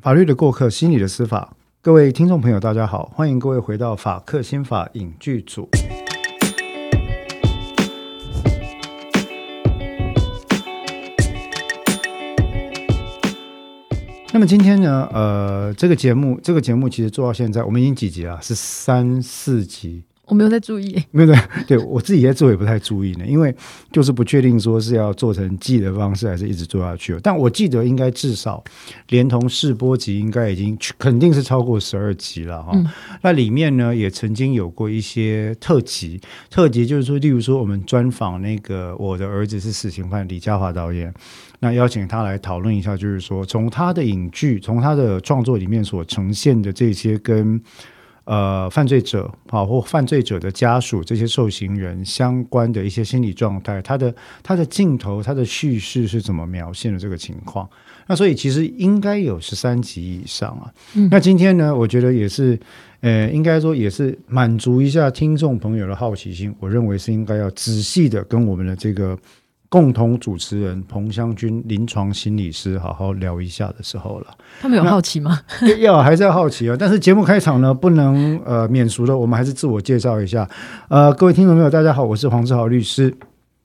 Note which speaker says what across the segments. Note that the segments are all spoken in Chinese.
Speaker 1: 法律的过客，心理的司法。各位听众朋友，大家好，欢迎各位回到法克新法影剧组。那么今天呢，呃，这个节目，这个节目其实做到现在，我们已经几集了？是三四集。
Speaker 2: 我没有在注 意，
Speaker 1: 没有对， 对我自己在做也不太注意呢，因为就是不确定说是要做成季的方式，还是一直做下去。哦但我记得应该至少连同试播集，应该已经肯定是超过十二集了哈、
Speaker 2: 嗯
Speaker 1: 那里面呢也曾经有过一些特辑，特辑就是说，例如说我们专访那个我的儿子是死刑犯李嘉华导演，那邀请他来讨论一下，就是说从他的影剧，从他的创作里面所呈现的这些跟。呃犯罪者啊或犯罪者的家属这些受刑人相关的一些心理状态，他的他的镜头、他的叙事是怎么描现的这个情况？那所以其实应该有十三集以上啊。
Speaker 2: 嗯
Speaker 1: 那今天呢，我觉得也是，呃，应该说也是满足一下听众朋友的好奇心，我认为是应该要仔细的跟我们的这个。共同主持人彭湘君临床心理师好好聊一下的时候了。
Speaker 2: 他们有好奇吗？
Speaker 1: 要还是要好奇啊、但是节目开场呢，不能呃免俗的，我们还是自我介绍一下。呃，各位听众朋友，大家好，我是黄志豪律师。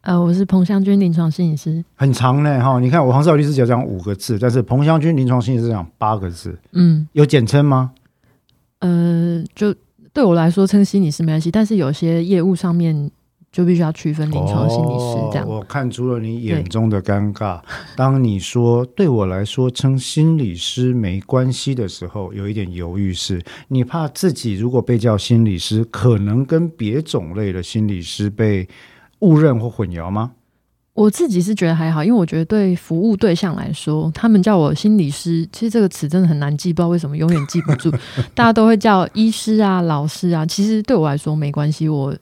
Speaker 2: 呃，我是彭湘君临床心理师，
Speaker 1: 很长呢，哈，你看我黄志豪律师只要讲五个字，但是彭湘君临床心理师讲八个字，
Speaker 2: 嗯，
Speaker 1: 有简称吗？
Speaker 2: 呃，就对我来说称心理师没关系，但是有些业务上面就必须要区分临床心理师这样。
Speaker 1: 哦我看出了你眼中的尴尬。当你说对我来说称心理师没关系的时候，有一点犹豫是，你怕自己如果被叫心理师，可能跟别种类的心理师被误认或混淆吗？
Speaker 2: 我自己是觉得还好，因为我觉得对服务对象来说，他们叫我心理师，其实这个词真的很难记，不知道为什么永远记 不住，大家都会叫医师啊、老师啊。其实对我来说没关系，我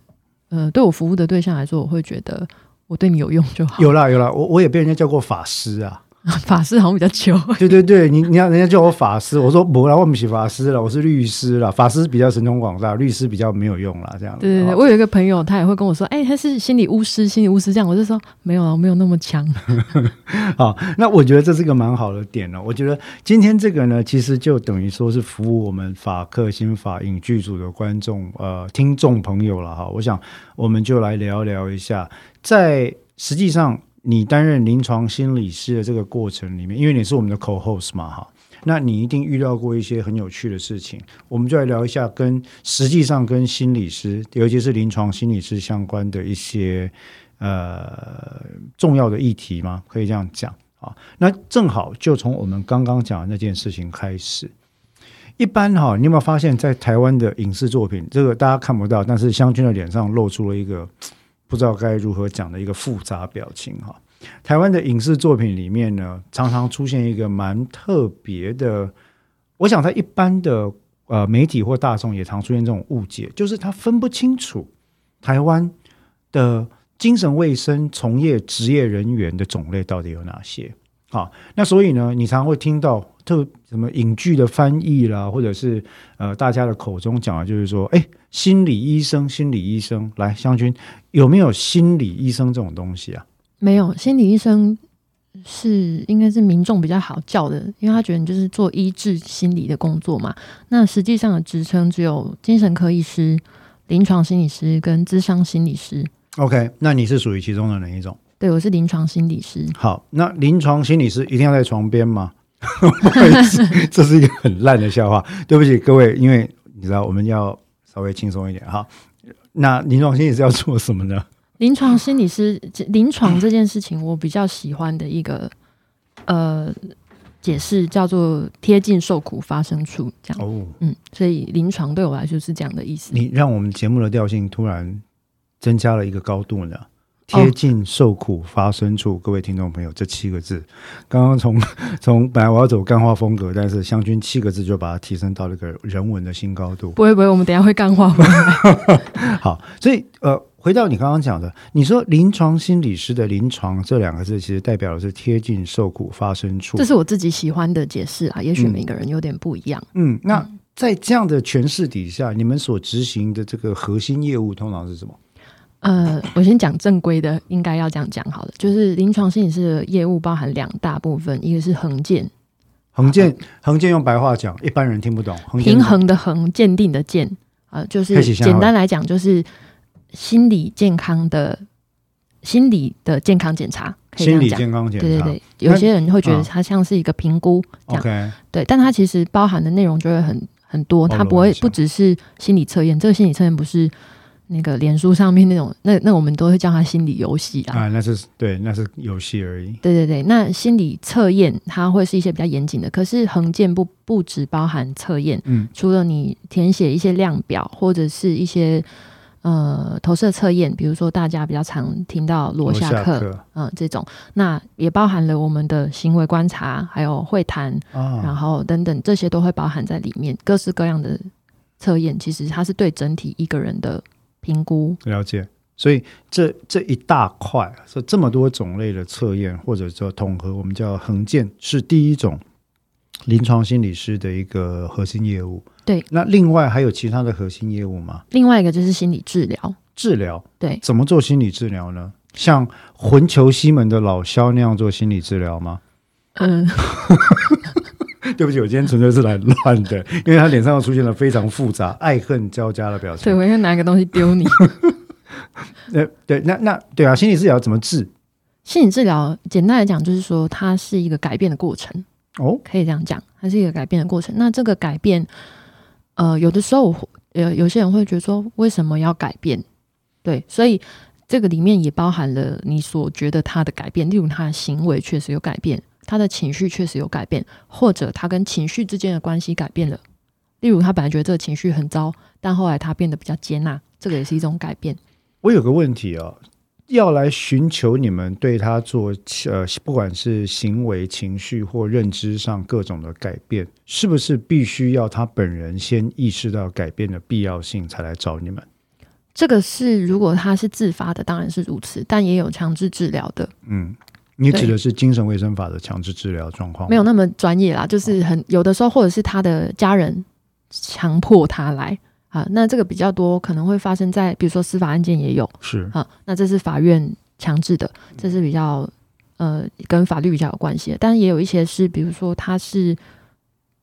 Speaker 2: 呃，对我服务的对象来说，我会觉得我对你有用就好。
Speaker 1: 有啦有啦，我我也被人家叫过法师啊。
Speaker 2: 法师好像比较久，
Speaker 1: 对对对，你你要人家叫我法师，我说不啦，我不是法师了，我是律师啦。法师比较神通广大，律师比较没有用啦，这样子。
Speaker 2: 对对对，
Speaker 1: 哦
Speaker 2: 我有一个朋友，他也会跟我说，哎、他是心理巫师，心理巫师这样，我就说没有啊，我没有那么强。
Speaker 1: 好， 那我觉得这是个蛮好的点哦。我觉得今天这个呢，其实就等于说是服务我们法克新法影剧组的观众呃听众朋友了哈。我想我们就来聊聊一下，在实际上你担任临床心理师的这个过程里面，因为你是我们的 co-host 嘛哈。那你一定遇到过一些很有趣的事情，我们就来聊一下跟实际上跟心理师，尤其是临床心理师相关的一些呃重要的议题吗？可以这样讲啊。那正好就从我们刚刚讲的那件事情开始。一般哈，你有没有发现，在台湾的影视作品，这个大家看不到，但是湘君的脸上露出了一个嘖不知道该如何讲的一个复杂表情哈。台湾的影视作品里面呢，常常出现一个蛮特别的，我想在一般的呃媒体或大众也常出现这种误解，就是他分不清楚台湾的精神卫生从业职业人员的种类到底有哪些？好，那所以呢，你常会听到特什么影剧的翻译啦，或者是呃大家的口中讲的，就是说，哎，心理医生，心理医生，来，湘君有没有心理医生这种东西啊？
Speaker 2: 没有，心理医生是应该是民众比较好叫的，因为他觉得你就是做医治心理的工作嘛。那实际上的职称只有精神科医师、临床心理师跟咨商心理师。
Speaker 1: OK，那你是属于其中的哪一种？
Speaker 2: 对，我是临床心理师。
Speaker 1: 好，那临床心理师一定要在床边吗？ 不好意思，这是一个很烂的笑话，对不起各位，因为你知道我们要稍微轻松一点哈。那临床心理师要做什么呢？
Speaker 2: 临床心理师，这临床这件事情，我比较喜欢的一个呃解释叫做贴近受苦发生处，这样。
Speaker 1: 哦，
Speaker 2: 嗯，所以临床对我来说是这样的意思。
Speaker 1: 你让我们节目的调性突然增加了一个高度呢。贴近受苦发生处，各位听众朋友，这七个字，刚刚从 从本来我要走干话风格，但是湘君七个字就把它提升到了一个人文的新高度。
Speaker 2: 不会不会，我们等一下会干话。
Speaker 1: 好，所以呃，回到你刚刚讲的，你说临床心理师的“临床”这两个字，其实代表的是贴近受苦发生处
Speaker 2: 这。是我自己喜欢的解释啊，也许每个人有点不一样。
Speaker 1: 嗯，那在这样的诠释底下，你们所执行的这个核心业务通常是什么？
Speaker 2: 呃，我先讲正规的，应该要这样讲好了。就是临床心理师的业务包含两大部分，一个是横件，
Speaker 1: 横健，横健用白话讲，一般人听不懂。横健
Speaker 2: 啊平衡的衡，鉴定的鉴，呃，就
Speaker 1: 开
Speaker 2: 是
Speaker 1: 始下
Speaker 2: 简单来讲，就是心理健康的心理的健康检查，可以这
Speaker 1: 心
Speaker 2: 样
Speaker 1: 理
Speaker 2: 讲。
Speaker 1: 健康检查。
Speaker 2: 对对对，有些人会觉
Speaker 1: 嗯
Speaker 2: 得它像是一个评估，这样
Speaker 1: OK，
Speaker 2: 对，但它其实包含的内容就会很很多，
Speaker 1: 包
Speaker 2: 它
Speaker 1: 罗
Speaker 2: 不会
Speaker 1: 万象
Speaker 2: 不只是心理测验，这个心理测验不是那个脸书上面那种，那那我们都会叫它心理游戏啊。
Speaker 1: 啊，那是对，那是游戏而已。
Speaker 2: 对对对，那心理测验它会是一些比较严谨的，可是横健不不只包含测验，
Speaker 1: 嗯，
Speaker 2: 除了你填写一些量表或者是一些呃投射测验，比如说大家比较常听到罗夏
Speaker 1: 下
Speaker 2: 克，嗯、这种，那也包含了我们的行为观察，还有会谈，然
Speaker 1: 啊，
Speaker 2: 后等等这些都会包含在里面，各式各样的测验，其实它是对整体一个人的评估。
Speaker 1: 了解。所以这这一大块，这这么多种类的测验或者说统合，我们叫横件，是第一种临床心理师的一个核心业务。
Speaker 2: 对，
Speaker 1: 那另外还有其他的核心业务吗？
Speaker 2: 另外一个就是心理治疗，
Speaker 1: 治疗
Speaker 2: 对，
Speaker 1: 怎么做心理治疗呢？像魂球西门的老肖那样做心理治疗吗？
Speaker 2: 嗯，
Speaker 1: 对不起，我今天纯粹是来乱的，因为他脸上又出现了非常复杂、爱恨交加的表
Speaker 2: 对
Speaker 1: 情。
Speaker 2: 我应该拿一个东西丢你。
Speaker 1: 对，呃，对，那那对啊，心理治疗怎么治？
Speaker 2: 心理治疗简单来讲，就是说它是一个改变的过程，
Speaker 1: 哦，
Speaker 2: 可以这样讲，它是一个改变的过程。那这个改变，呃，有的时候我会呃，有些人会觉得说，为什么要改变？对，所以这个里面也包含了你所觉得他的改变，例如他的行为确实有改变，他的情绪确实有改变，或者他跟情绪之间的关系改变了。例如他本来觉得这个情绪很糟，但后来他变得比较接纳，这个也是一种改变。
Speaker 1: 我有个问题哦，要来寻求你们对他做呃，不管是行为、情绪或认知上各种的改变，是不是必须要他本人先意识到改变的必要性才来找你们？
Speaker 2: 这个是如果他是自发的，当然是如此，但也有强制治疗的，
Speaker 1: 嗯，你指
Speaker 2: 对
Speaker 1: 的是精神卫生法的强制治疗状况吗？
Speaker 2: 没有那么专业啦，就是很有的时候，或者是他的家人强迫他来啊，那这个比较多，可能会发生在比如说司法案件也有
Speaker 1: 是
Speaker 2: 啊，那这是法院强制的，这是比较呃跟法律比较有关系的，但也有一些是比如说他是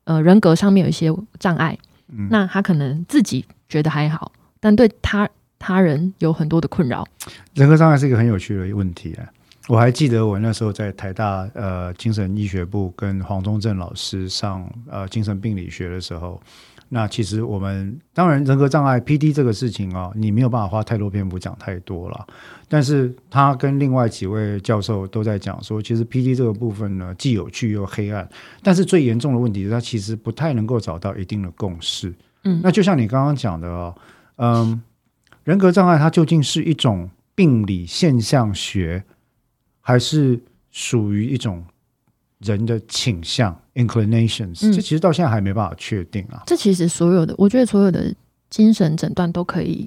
Speaker 2: 呃人格上面有一些障碍，
Speaker 1: 嗯
Speaker 2: 那他可能自己觉得还好，但对他他人有很多的困扰，
Speaker 1: 人格障碍是一个很有趣的问题啊。我还记得我那时候在台大呃精神医学部跟黄宗正老师上呃精神病理学的时候，那其实我们当然人格障碍 PD 这个事情啊、你没有办法花太多篇幅讲太多了，但是他跟另外几位教授都在讲说，其实 PD 这个部分呢，既有趣又黑暗，但是最严重的问题是它其实不太能够找到一定的共识。
Speaker 2: 嗯
Speaker 1: 那就像你刚刚讲的哦，嗯，人格障碍它究竟是一种病理现象学，还是属于一种人的倾向 inclinations？、
Speaker 2: 嗯
Speaker 1: 这其实到现在还没办法确定啊。
Speaker 2: 这其实所有的，我觉得所有的精神诊断都可以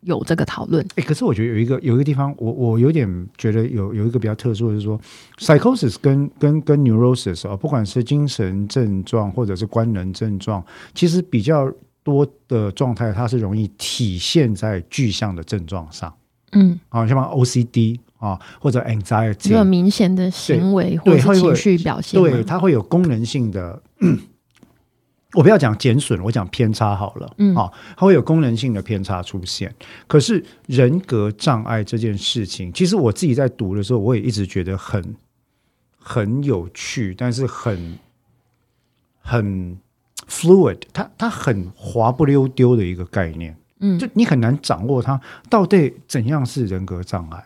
Speaker 2: 有这个讨论。
Speaker 1: 哎，可是我觉得有一个有一个地方，我我有点觉得有有一个比较特殊的是说，psychosis 跟跟跟 neurosis 啊、不管是精神症状或者是官能症状，其实比较多的状态，它是容易体现在具象的症状上
Speaker 2: 嗯，
Speaker 1: 啊，像 OCD 啊或者
Speaker 2: 有
Speaker 1: anxiety，
Speaker 2: 很明显的行为或
Speaker 1: 对
Speaker 2: 者
Speaker 1: 会
Speaker 2: 是
Speaker 1: 有
Speaker 2: 情绪表现嘛。
Speaker 1: 对，它会有功能性的。 我不要讲减损，我讲偏差好了。
Speaker 2: 嗯
Speaker 1: 啊、它会有功能性的偏差出现。可是人格障碍这件事情，其实我自己在读的时候，我也一直觉得很很有趣，但是很很 fluid，它它很滑不溜丢的一个概念。
Speaker 2: 嗯
Speaker 1: 就你很难掌握它到底怎样是人格障碍。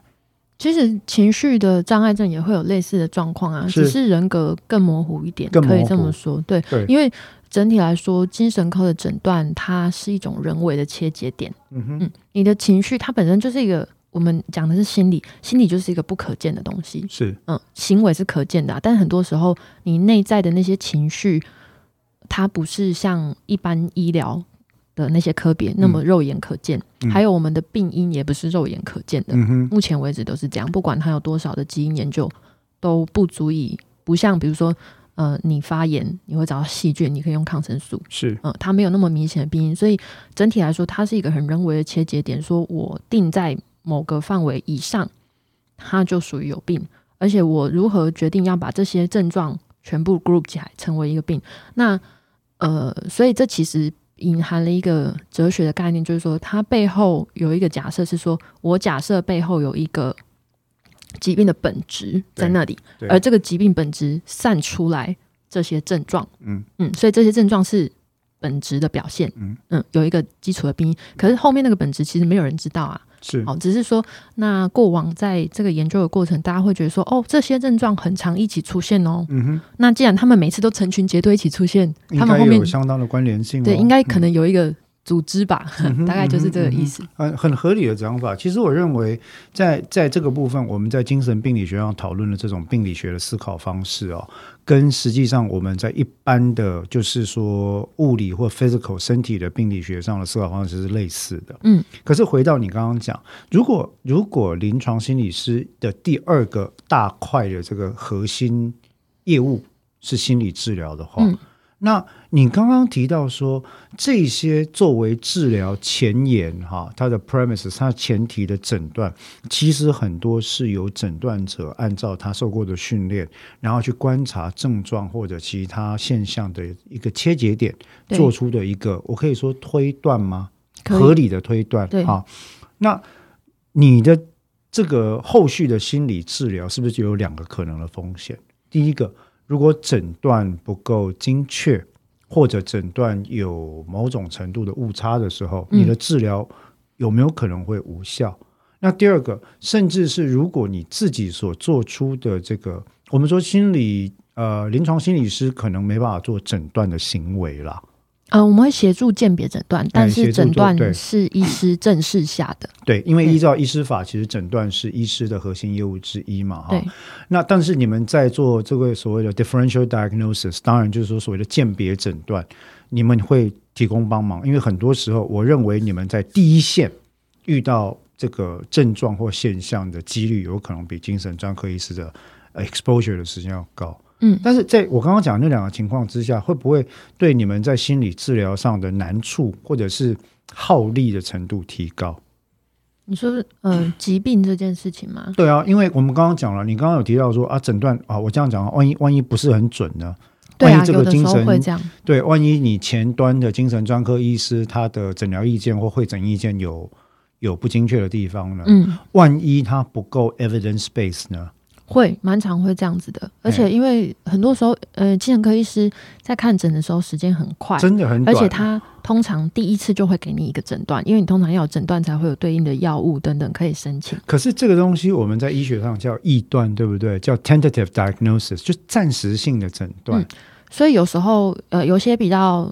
Speaker 2: 其实情绪的障碍症也会有类似的状况啊，
Speaker 1: 是
Speaker 2: 只是人格更模糊一点，
Speaker 1: 更模糊
Speaker 2: 可以这么说。对，
Speaker 1: 对
Speaker 2: 因为整体来说，精神科的诊断它是一种人为的切节点。
Speaker 1: 嗯哼，
Speaker 2: 嗯，你的情绪它本身就是一个。我们讲的是心理，心理就是一个不可见的东西，
Speaker 1: 是
Speaker 2: 嗯，行为是可见的啊、但很多时候你内在的那些情绪，它不是像一般医疗的那些科别那么肉眼可见，
Speaker 1: 嗯
Speaker 2: 还有我们的病因也不是肉眼可见的。
Speaker 1: 嗯哼。
Speaker 2: 目前为止都是这样，不管它有多少的基因研究，都不足以不像比如说，呃，你发炎你会找到细菌，你可以用抗生素，
Speaker 1: 是
Speaker 2: 嗯，它没有那么明显的病因，所以整体来说，它是一个很人为的切节点，说我定在某个范围以上，它就属于有病。而且我如何决定要把这些症状全部 group 起来成为一个病。那呃，所以这其实隐含了一个哲学的概念，就是说它背后有一个假设是说，我假设背后有一个疾病的本质在那里，
Speaker 1: 对对
Speaker 2: 而这个疾病本质散出来这些症状，
Speaker 1: 嗯
Speaker 2: 嗯，所以这些症状是本质的表现，
Speaker 1: 嗯
Speaker 2: 嗯，有一个基础的病因，可是后面那个本质其实没有人知道啊，
Speaker 1: 是
Speaker 2: 哦，只是说，那过往在这个研究的过程，大家会觉得说，哦，这些症状很常一起出现哦。
Speaker 1: 嗯哼，
Speaker 2: 那既然他们每次都成群结队一起出现，
Speaker 1: 应
Speaker 2: 他们
Speaker 1: 该
Speaker 2: 后面
Speaker 1: 有相当的关联性、哦，
Speaker 2: 对应该可
Speaker 1: 嗯
Speaker 2: 能有一个组织吧，
Speaker 1: 嗯哼
Speaker 2: 大概就是这个
Speaker 1: 嗯哼嗯哼
Speaker 2: 意思。
Speaker 1: 很很合理的讲法。其实我认为在，在这个部分，我们在精神病理学上讨论的这种病理学的思考方式哦，跟实际上我们在一般的就是说物理或 physical 身体的病理学上的思考方式是类似的。
Speaker 2: 嗯，
Speaker 1: 可是回到你刚刚讲，如果如果临床心理师的第二个大块的这个核心业务是心理治疗的话，
Speaker 2: 嗯
Speaker 1: 那你刚刚提到说，这些作为治疗前沿哈，它的 premise 它前提的诊断，其实很多是由诊断者按照他受过的训练，然后去观察症状或者其他现象的一个切节点
Speaker 2: 对
Speaker 1: 做出的一个，我可以说推断吗？
Speaker 2: 可以
Speaker 1: 合理的推断
Speaker 2: 对
Speaker 1: 啊。那你的这个后续的心理治疗是不是就有两个可能的风险？第一个，如果诊断不够精确，或者诊断有某种程度的误差的时候，
Speaker 2: 嗯
Speaker 1: 你的治疗有没有可能会无效？那第二个，甚至是如果你自己所做出的这个，我们说心理呃临床心理师可能没办法做诊断的行为啦，
Speaker 2: 呃，我们会协助鉴别诊断，但
Speaker 1: 哎协
Speaker 2: 是
Speaker 1: 助
Speaker 2: 诊
Speaker 1: 做对
Speaker 2: 断是医师正视下的。
Speaker 1: 对，因为
Speaker 2: 对
Speaker 1: 依照医师法，其实诊断是医师的核心业务之一嘛，哈
Speaker 2: 对。
Speaker 1: 那但是你们在做这个所谓的 differential diagnosis，当然就是说所谓的鉴别诊断，你们会提供帮忙，因为很多时候我认为你们在第一线遇到这个症状或现象的几率，有可能比精神专科医师的呃 exposure 的时间要高。
Speaker 2: 嗯
Speaker 1: 但是在我刚刚讲的那两个情况之下，会不会对你们在心理治疗上的难处或者是耗力的程度提高？
Speaker 2: 你说， 呃，疾病这件事情吗？
Speaker 1: 对啊，因为我们刚刚讲了，你刚刚有提到说啊，诊断啊，我这样讲啊，万一万一不是很准呢？
Speaker 2: 对
Speaker 1: 万
Speaker 2: 啊，
Speaker 1: 一这
Speaker 2: 有
Speaker 1: 个
Speaker 2: 的时
Speaker 1: 精
Speaker 2: 候会
Speaker 1: 神
Speaker 2: 这样。
Speaker 1: 对，万一你前端的精神专科医师他的诊疗意见或会诊意见有有不精确的地方呢？
Speaker 2: 嗯，
Speaker 1: 万一他不够 evidence base 呢？
Speaker 2: 会蛮常会这样子的，而
Speaker 1: 哎
Speaker 2: 且因为很多时候，呃，精神科医师在看诊的时候时间很快，
Speaker 1: 真的很
Speaker 2: 而
Speaker 1: 短，
Speaker 2: 且他通常第一次就会给你一个诊断，因为你通常要有诊断才会有对应的药物等等可以申请。
Speaker 1: 可是这个东西我们在医学上叫臆断，对不对？叫 tentative diagnosis，就暂时性的诊断。
Speaker 2: 嗯所以有时候呃，有些比较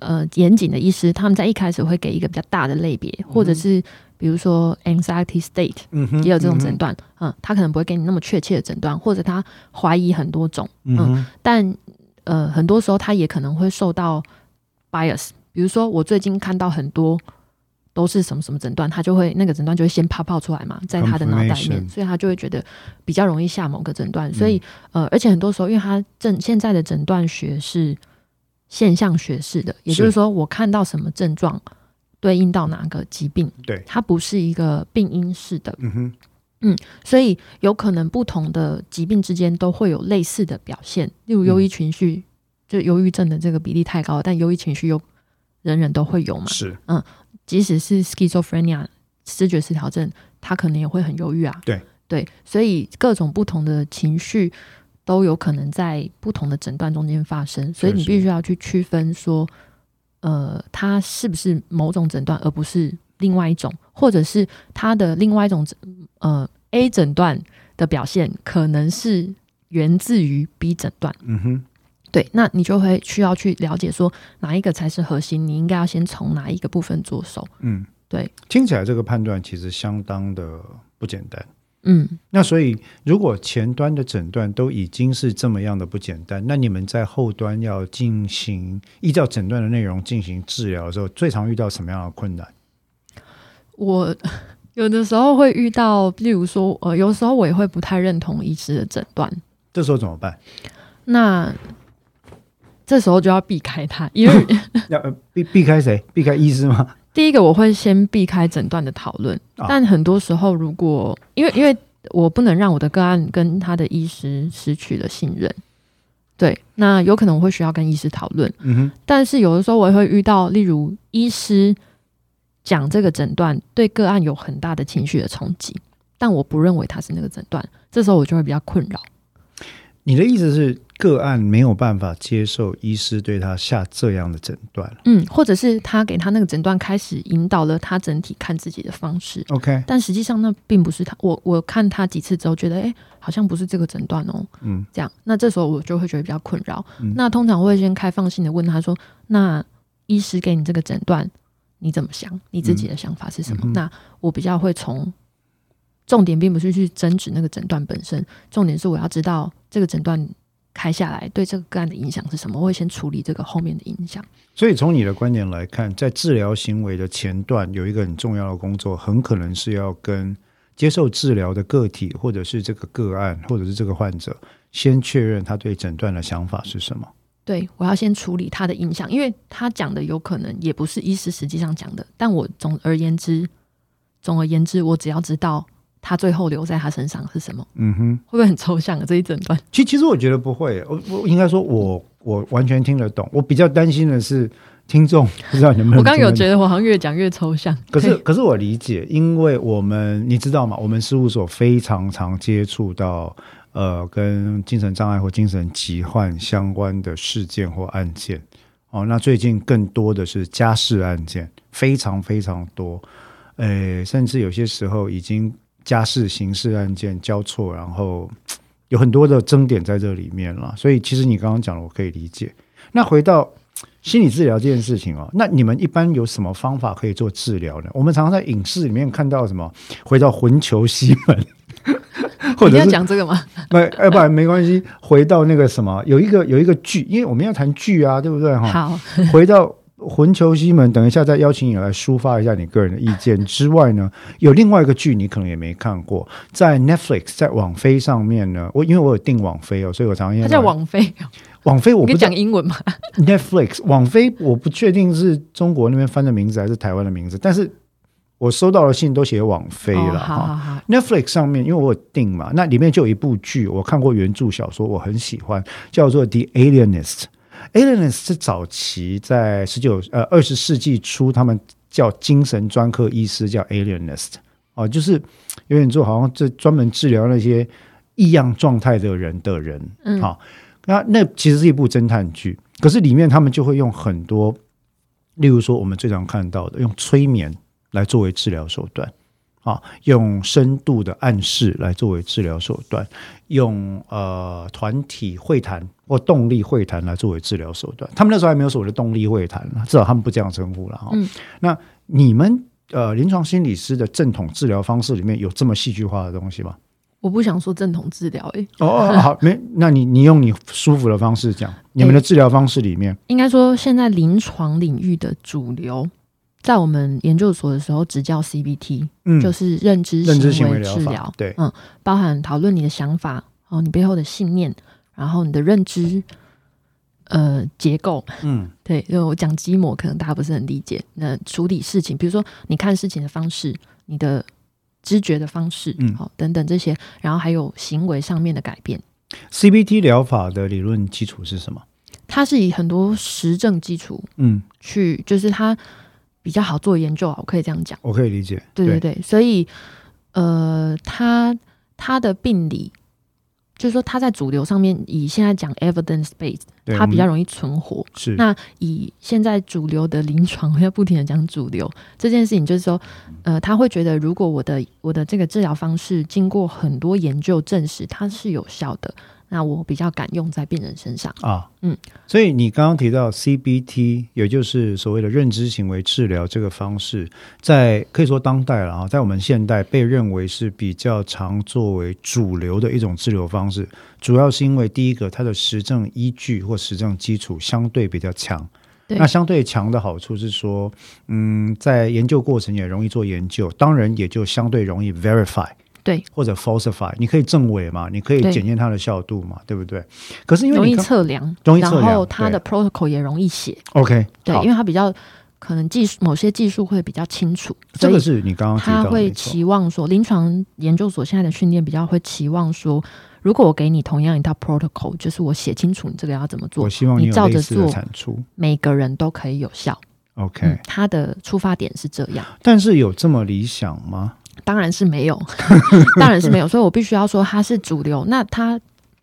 Speaker 2: 呃严谨的医师，他们在一开始会给一个比较大的类别，或者是比如说 anxiety state
Speaker 1: 嗯哼
Speaker 2: 也有这种诊
Speaker 1: 嗯
Speaker 2: 断，嗯他可能不会给你那么确切的诊断，或者他怀疑很多种，
Speaker 1: 哼嗯哼
Speaker 2: 但呃很多时候他也可能会受到 bias，比如说我最近看到很多。都是什么什么诊断，他就会那个诊断就会先泡泡出来嘛，在他的脑袋里
Speaker 1: Confirmation 嗯
Speaker 2: 面，所以他就会觉得比较容易下某个诊断。所以、呃，而且很多时候，因为他正现在的诊断学是现象学式的，也
Speaker 1: 是
Speaker 2: 就是说，我看到什么症状对应到哪个疾病，
Speaker 1: 对，
Speaker 2: 它不是一个病因式的，
Speaker 1: 嗯哼，
Speaker 2: 所以有可能不同的疾病之间都会有类似的表现，例如忧郁情绪，就忧郁症的这个比例太高，但忧郁情绪又人人都会有嘛，
Speaker 1: 是
Speaker 2: 即使是 schizophrenia 视觉失调症，他可能也会很忧郁啊。
Speaker 1: 对
Speaker 2: 对，所以各种不同的情绪都有可能在不同的诊断中间发生，所以
Speaker 1: 确
Speaker 2: 你
Speaker 1: 实
Speaker 2: 必须要去区分说，呃，它是不是某种诊断，而不是另外一种，或者是它的另外一种诊呃 A 诊断的表现可能是源自于 B 诊断。
Speaker 1: 嗯哼，
Speaker 2: 对，那你就会需要去了解说哪一个才是核心，你应该要先从哪一个部分着手。
Speaker 1: 嗯，
Speaker 2: 对，
Speaker 1: 听起来这个判断其实相当的不简单。
Speaker 2: 嗯，
Speaker 1: 那所以，如果前端的诊断都已经是这么样的不简单，那你们在后端要进行依照诊断的内容进行治疗的时候，最常遇到什么样的困难？
Speaker 2: 我有的时候会遇到，例如说，呃，有时候我也会不太认同医师的诊断，
Speaker 1: 这时候怎么 办？
Speaker 2: 那这时候就要避开他，因为
Speaker 1: 要、呃、避避开谁？避开医师吗？
Speaker 2: 第一个我会先避开诊断的讨论，
Speaker 1: 啊
Speaker 2: 但很多时候如果因为因为我不能让我的个案跟他的医师失去了信任，对，那有可能我会需要跟医师讨论，
Speaker 1: 嗯哼，
Speaker 2: 但是有的时候我也会遇到，例如医师讲这个诊断对个案有很大的情绪的冲击，但我不认为他是那个诊断，这时候我就会比较困扰。
Speaker 1: 你的意思是个案没有办法接受医师对他下这样的诊断
Speaker 2: 嗯，或者是他给他那个诊断开始引导了他整体看自己的方式，
Speaker 1: ？OK，
Speaker 2: 但实际上那并不是他。我我看他几次之后觉得，哎、好像不是这个诊断哦，
Speaker 1: 嗯，
Speaker 2: 这样，那这时候我就会觉得比较困扰。
Speaker 1: 嗯
Speaker 2: 那通常我会先开放性的问他说，那医师给你这个诊断，你怎么想？你自己的想法是什么？
Speaker 1: 嗯嗯哼
Speaker 2: 那我比较会从重点并不是去争执那个诊断本身，重点是我要知道这个诊断。开下来对这个个案的影响是什么？我会先处理这个后面的影响。
Speaker 1: 所以从你的观点来看，在治疗行为的前段有一个很重要的工作，很可能是要跟接受治疗的个体，或者是这个个案，或者是这个患者，先确认他对诊断的想法是什么。
Speaker 2: 对，我要先处理他的影响，因为他讲的有可能也不是医师实际上讲的。但我总而言之，总而言之，我只要知道他最后留在他身上是什么，
Speaker 1: 嗯哼。
Speaker 2: 会不会很抽象啊？这一整段，
Speaker 1: 其其实我觉得不会，我我应该说我我完全听得懂。我比较担心的是听众不知道能不能。
Speaker 2: 我刚刚有觉，得我好像越讲越抽象。
Speaker 1: 可是
Speaker 2: 对
Speaker 1: 可是我理解，因为我们你知道吗？我们事务所非常常接触到呃跟精神障碍或精神疾患相关的事件或案件。哦，那最近更多的是家事案件，非常非常多。呃，甚至有些时候已经家事、刑事案件交错，然后嘖有很多的争点在这里面了。所以其实你刚刚讲的，我可以理解。那回到嘖心理治疗这件事情哦，那你们一般有什么方法可以做治疗呢？我们常常在影视里面看到什么，回到魂球西门， 或
Speaker 2: 你
Speaker 1: 者
Speaker 2: 要
Speaker 1: 是
Speaker 2: 讲这个吗？
Speaker 1: 那要不然没关系，回到那个什么，有一个有一个剧，因为我们要谈剧啊，对不对哈？
Speaker 2: 好，
Speaker 1: 回到魂球西门，等一下再邀请你来抒发一下你个人的意见之外呢，有另外一个剧你可能也没看过，在 Netflix 在网飞上面呢，我因为我有订网飞哦，所以我常常
Speaker 2: 他
Speaker 1: 要
Speaker 2: 叫网飞，
Speaker 1: 网飞我
Speaker 2: 你可
Speaker 1: 不
Speaker 2: 以
Speaker 1: 讲
Speaker 2: 讲英文吗？
Speaker 1: Netflix 网飞我不确定是中国那边翻的名字还是台湾的名字，但是我收到的信都写网飞
Speaker 2: 哦，
Speaker 1: 了哈。
Speaker 2: 好好好，
Speaker 1: Netflix 上面，因为我有订嘛，那里面就有一部剧，我看过原著小说，我很喜欢，叫做《The Alienist》。Alienist 是早期在十九呃二十世纪初，他们叫精神专科医师叫 Alienist 哦、就是有点做好像这专门治疗那些异样状态的人的人。
Speaker 2: 嗯
Speaker 1: 好，那那其实是一部侦探剧，可是里面他们就会用很多，例如说我们最常看到的，用催眠来作为治疗手段。啊，用深度的暗示来作为治疗手段，用呃团体会谈或动力会谈来作为治疗手段。他们那时候还没有所谓的动力会谈啊至少他们不这样称呼了哈、
Speaker 2: 嗯
Speaker 1: 那你们呃临床心理师的正统治疗方式里面有这么戏剧化的东西吗？
Speaker 2: 我不想说正统治疗，诶，
Speaker 1: 哦哦，好，没，那你你用你舒服的方式讲，你们的治疗方式里面，
Speaker 2: 应该说现在临床领域的主流，在我们研究所的时候只叫 CBT，
Speaker 1: 嗯，
Speaker 2: 就是认知
Speaker 1: 认知行
Speaker 2: 行
Speaker 1: 为疗
Speaker 2: 治
Speaker 1: 法
Speaker 2: 疗，
Speaker 1: 对
Speaker 2: 嗯，包含讨论你的想法，哦，你背后的信念，然后你的认知，呃，结构，
Speaker 1: 嗯
Speaker 2: 对，因为我讲基模，可能大家不是很理解。那处理事情，比如说你看事情的方式，你的知觉的方式，
Speaker 1: 嗯
Speaker 2: 好、等等这些，然后还有行为上面的改变，
Speaker 1: ，CBT 疗法的理论基础是什么？
Speaker 2: 它是以很多实证基础
Speaker 1: 嗯，
Speaker 2: 去，就是它比较好做研究啊，我可以这样讲。
Speaker 1: 我可以理解，
Speaker 2: 对对对，所以呃，他他的病理，就是说他在主流上面以现在讲 evidence based，
Speaker 1: 对，
Speaker 2: 它比较
Speaker 1: 我们
Speaker 2: 容易存活。
Speaker 1: 是
Speaker 2: 那以现在主流的临床，我要不停的讲主流这件事情，就是说，呃，他会觉得如果我的我的这个治疗方式经过很多研究证实它是有效的，那我比较敢用在病人身上。
Speaker 1: 啊，
Speaker 2: 嗯，
Speaker 1: 所以你刚刚提到 CBT，也就是所谓的认知行为治疗这个方式，在可以说当代了啊，在我们现代被认为是比较常作为主流的一种治疗方式，主要是因为第一个，它的实证依据或实证基础相对比较强。
Speaker 2: 对
Speaker 1: 那相对强的好处是说，嗯，在研究过程也容易做研究，当然也就相对容易 verify。
Speaker 2: 对，
Speaker 1: 或者 falsify，你可以证伪嘛，你可以
Speaker 2: 对
Speaker 1: 检验它的效度嘛，对不对？可是因为
Speaker 2: 容
Speaker 1: 你
Speaker 2: 易
Speaker 1: 刚
Speaker 2: 测量，
Speaker 1: 容易测量
Speaker 2: 然后它的 protocol 也容易写，
Speaker 1: OK，
Speaker 2: 对，
Speaker 1: 好
Speaker 2: 因为它比较可能技术某些技术会比较清楚，
Speaker 1: 这
Speaker 2: 所
Speaker 1: 个
Speaker 2: 以
Speaker 1: 是你刚刚提
Speaker 2: 他
Speaker 1: 到的，
Speaker 2: 会
Speaker 1: 没错。
Speaker 2: 期望说，临床研究所现在的训练比较会期望说，如果我给你同样一套 protocol，就是我写清楚你这个要怎么做
Speaker 1: 我，希望
Speaker 2: 你
Speaker 1: 有
Speaker 2: 照
Speaker 1: 类
Speaker 2: 着
Speaker 1: 似的
Speaker 2: 做
Speaker 1: 产出。
Speaker 2: 每个人都可以有效。
Speaker 1: OK，、
Speaker 2: 嗯，他的出发点是这样，
Speaker 1: 但是有这么理想吗？
Speaker 2: 当然是没有，当然是没有，所以我必须要说他是主流。那他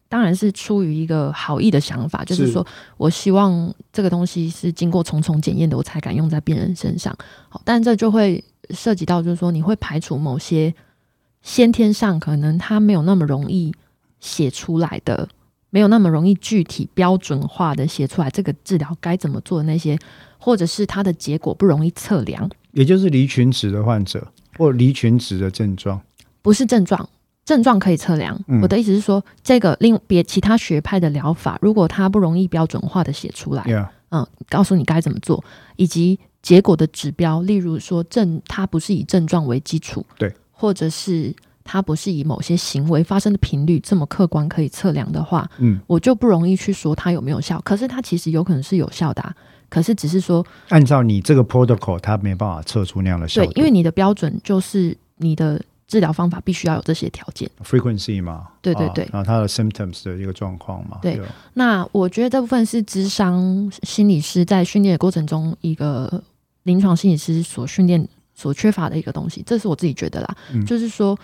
Speaker 2: 当然是出于一个好意的想法，就是
Speaker 1: 是
Speaker 2: 说我希望这个东西是经过重重检验的，我才敢用在病人身上。好，但这就会涉及到，就是说你会排除某些先天上可能他没有那么容易写出来的。没有那么容易具体标准化的写出来这个治疗该怎么做的那些，或者是它的结果不容易测量，
Speaker 1: 也就是离群值的患者或离群值的症状。
Speaker 2: 不是症状，症状可以测量。
Speaker 1: 嗯
Speaker 2: 我的意思是说，这个另别其他学派的疗法，如果它不容易标准化的写出来，
Speaker 1: Yeah，
Speaker 2: 嗯，告诉你该怎么做，以及结果的指标，例如说症，它不是以症状为基础，
Speaker 1: 对，
Speaker 2: 或者是它不是以某些行为发生的频率这么客观可以测量的话，
Speaker 1: 嗯，
Speaker 2: 我就不容易去说它有没有效。可是它其实有可能是有效的啊、可是只是说
Speaker 1: 按照你这个 protocol，它没办法测出那样的效
Speaker 2: 对
Speaker 1: 果，，
Speaker 2: 因为你的标准就是你的治疗方法必须要有这些条件。
Speaker 1: frequency 嘛，
Speaker 2: 对对
Speaker 1: 啊
Speaker 2: 对
Speaker 1: 然后它的 symptoms 的一个状况嘛，
Speaker 2: 对
Speaker 1: 吧
Speaker 2: 那我觉得这部分是智商心理师在训练的过程中一个临床心理师所训练所缺乏的一个东西，这是我自己觉得啦。
Speaker 1: 嗯
Speaker 2: 就是说，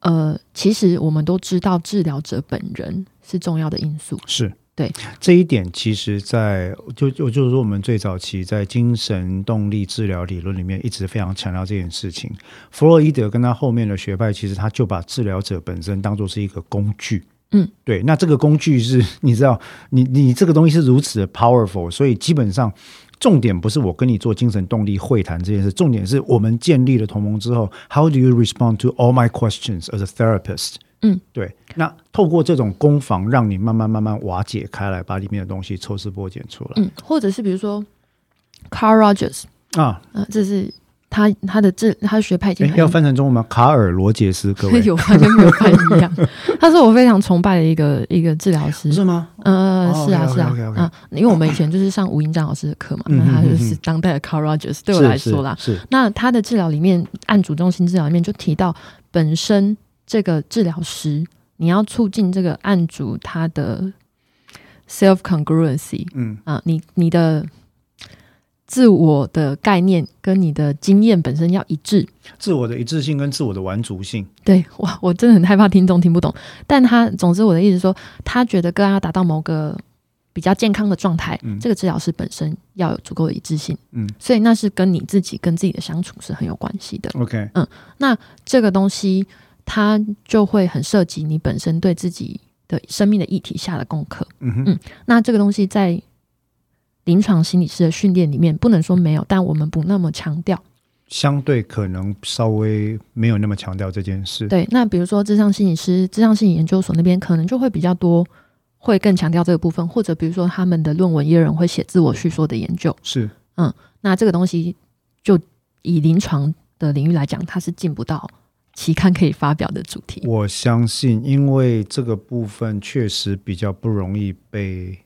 Speaker 2: 呃，其实我们都知道治疗者本人是重要的因素，
Speaker 1: 是。
Speaker 2: 对
Speaker 1: 这一点，其实在，就就就是说，我们最早期在精神动力治疗理论里面一直非常强调这件事情。弗洛伊德跟他后面的学派，其实他就把治疗者本身当做是一个工具。
Speaker 2: 嗯，
Speaker 1: 对。那这个工具是，你知道，你你这个东西是如此的 powerful，所以基本上重点不是我跟你做精神动力会谈这件事，重点是我们建立了同盟之后，How do you respond to all my questions as a therapist？
Speaker 2: 嗯，
Speaker 1: 对。那透过这种攻防，让你慢慢慢慢瓦解开来，把里面的东西抽丝剥茧出来、
Speaker 2: 嗯，或者是比如说 Carl Rogers，
Speaker 1: 啊！
Speaker 2: 呃，这是他他的治他的学派已经
Speaker 1: 诶
Speaker 2: 很
Speaker 1: 要 翻成中文吗？卡尔罗杰斯，各位
Speaker 2: 有翻跟没有翻一样，他是我非常崇拜的一个一个治疗师，
Speaker 1: 是吗？
Speaker 2: 呃，
Speaker 1: 哦
Speaker 2: 是啊，
Speaker 1: ，OK，OK，OK，OK
Speaker 2: 是啊，啊，因为我们以前就是上吴英章老师的课嘛，
Speaker 1: 嗯
Speaker 2: 那他就
Speaker 1: 嗯嗯
Speaker 2: 是
Speaker 1: 嗯
Speaker 2: 当代的 Carl Rogers，对我来说啦。
Speaker 1: 是是是
Speaker 2: 那他的治疗里面，按主中心治疗里面就提到，本身这个治疗师，你要促进这个案主他的 self congruency
Speaker 1: 嗯，
Speaker 2: 啊，你你的自我的概念跟你的经验本身要一致，
Speaker 1: 自我的一致性跟自我的完足性，
Speaker 2: 对，哇，我真的很害怕听众听不懂。但他，总之我的意思是说，他觉得个案要达到某个比较健康的状态，
Speaker 1: 嗯
Speaker 2: 这个治疗师本身要有足够的一致性。
Speaker 1: 嗯
Speaker 2: 所以那是跟你自己跟自己的相处是很有关系的。
Speaker 1: ，OK，
Speaker 2: 这个东西它就会很涉及你本身对自己的生命的议题下的功课。
Speaker 1: 嗯哼，
Speaker 2: 嗯那这个东西在临床心理师的训练里面，不能说没有，但我们不那么强调。
Speaker 1: 相对可能稍微没有那么强调这件事，
Speaker 2: 对，那比如说智商心理师、智商心理研究所那边可能就会比较多，会更强调这个部分，或者比如说他们的论文也有人会写自我叙说的研究，
Speaker 1: 是
Speaker 2: 那这个东西就以临床的领域来讲，它是进不到期刊可以发表的主题。
Speaker 1: 我相信，因为这个部分确实比较不容易被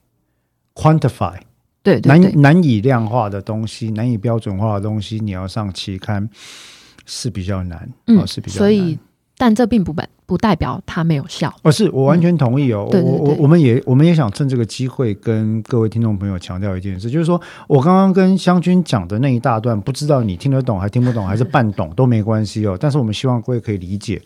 Speaker 1: quantify，
Speaker 2: 对对对
Speaker 1: 难难以量化的东西，难以标准化的东西，你要上期刊是比较难，
Speaker 2: 嗯
Speaker 1: 哦、是比较难。
Speaker 2: 所以但这并不不不代表它没有效。
Speaker 1: 哦，是我完全同意哦。
Speaker 2: 嗯对对
Speaker 1: 我我
Speaker 2: 对
Speaker 1: 我们也我们也想趁这个机会跟各位听众朋友强调一件事，就是说我刚刚跟湘军讲的那一大段，不知道你听得懂还听不懂，还是半懂都没关系哦。但是我们希望各位可以理解，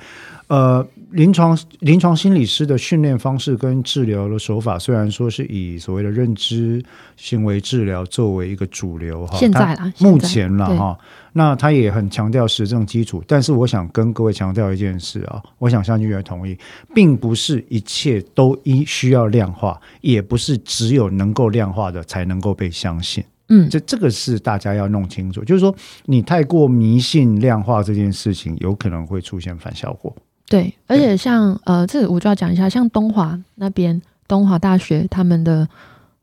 Speaker 1: 呃，临床临床心理师的训练方式跟治疗的手法，虽然说是以所谓的认知行为治疗作为一个主流哈，
Speaker 2: 现
Speaker 1: 它
Speaker 2: 在啦，
Speaker 1: 目
Speaker 2: 现在
Speaker 1: 前了
Speaker 2: 对
Speaker 1: 哈，那他也很强调实证基础，但是我想跟各位强调一件事啊，我想相信也同意，并不是一切都一需要量化，也不是只有能够量化的才能够被相信。
Speaker 2: 嗯，
Speaker 1: 这这个是大家要弄清楚，就是说你太过迷信量化这件事情，有可能会出现反效果。
Speaker 2: 对，而且像呃，这我就要讲一下，像东华那边，东华大学他们的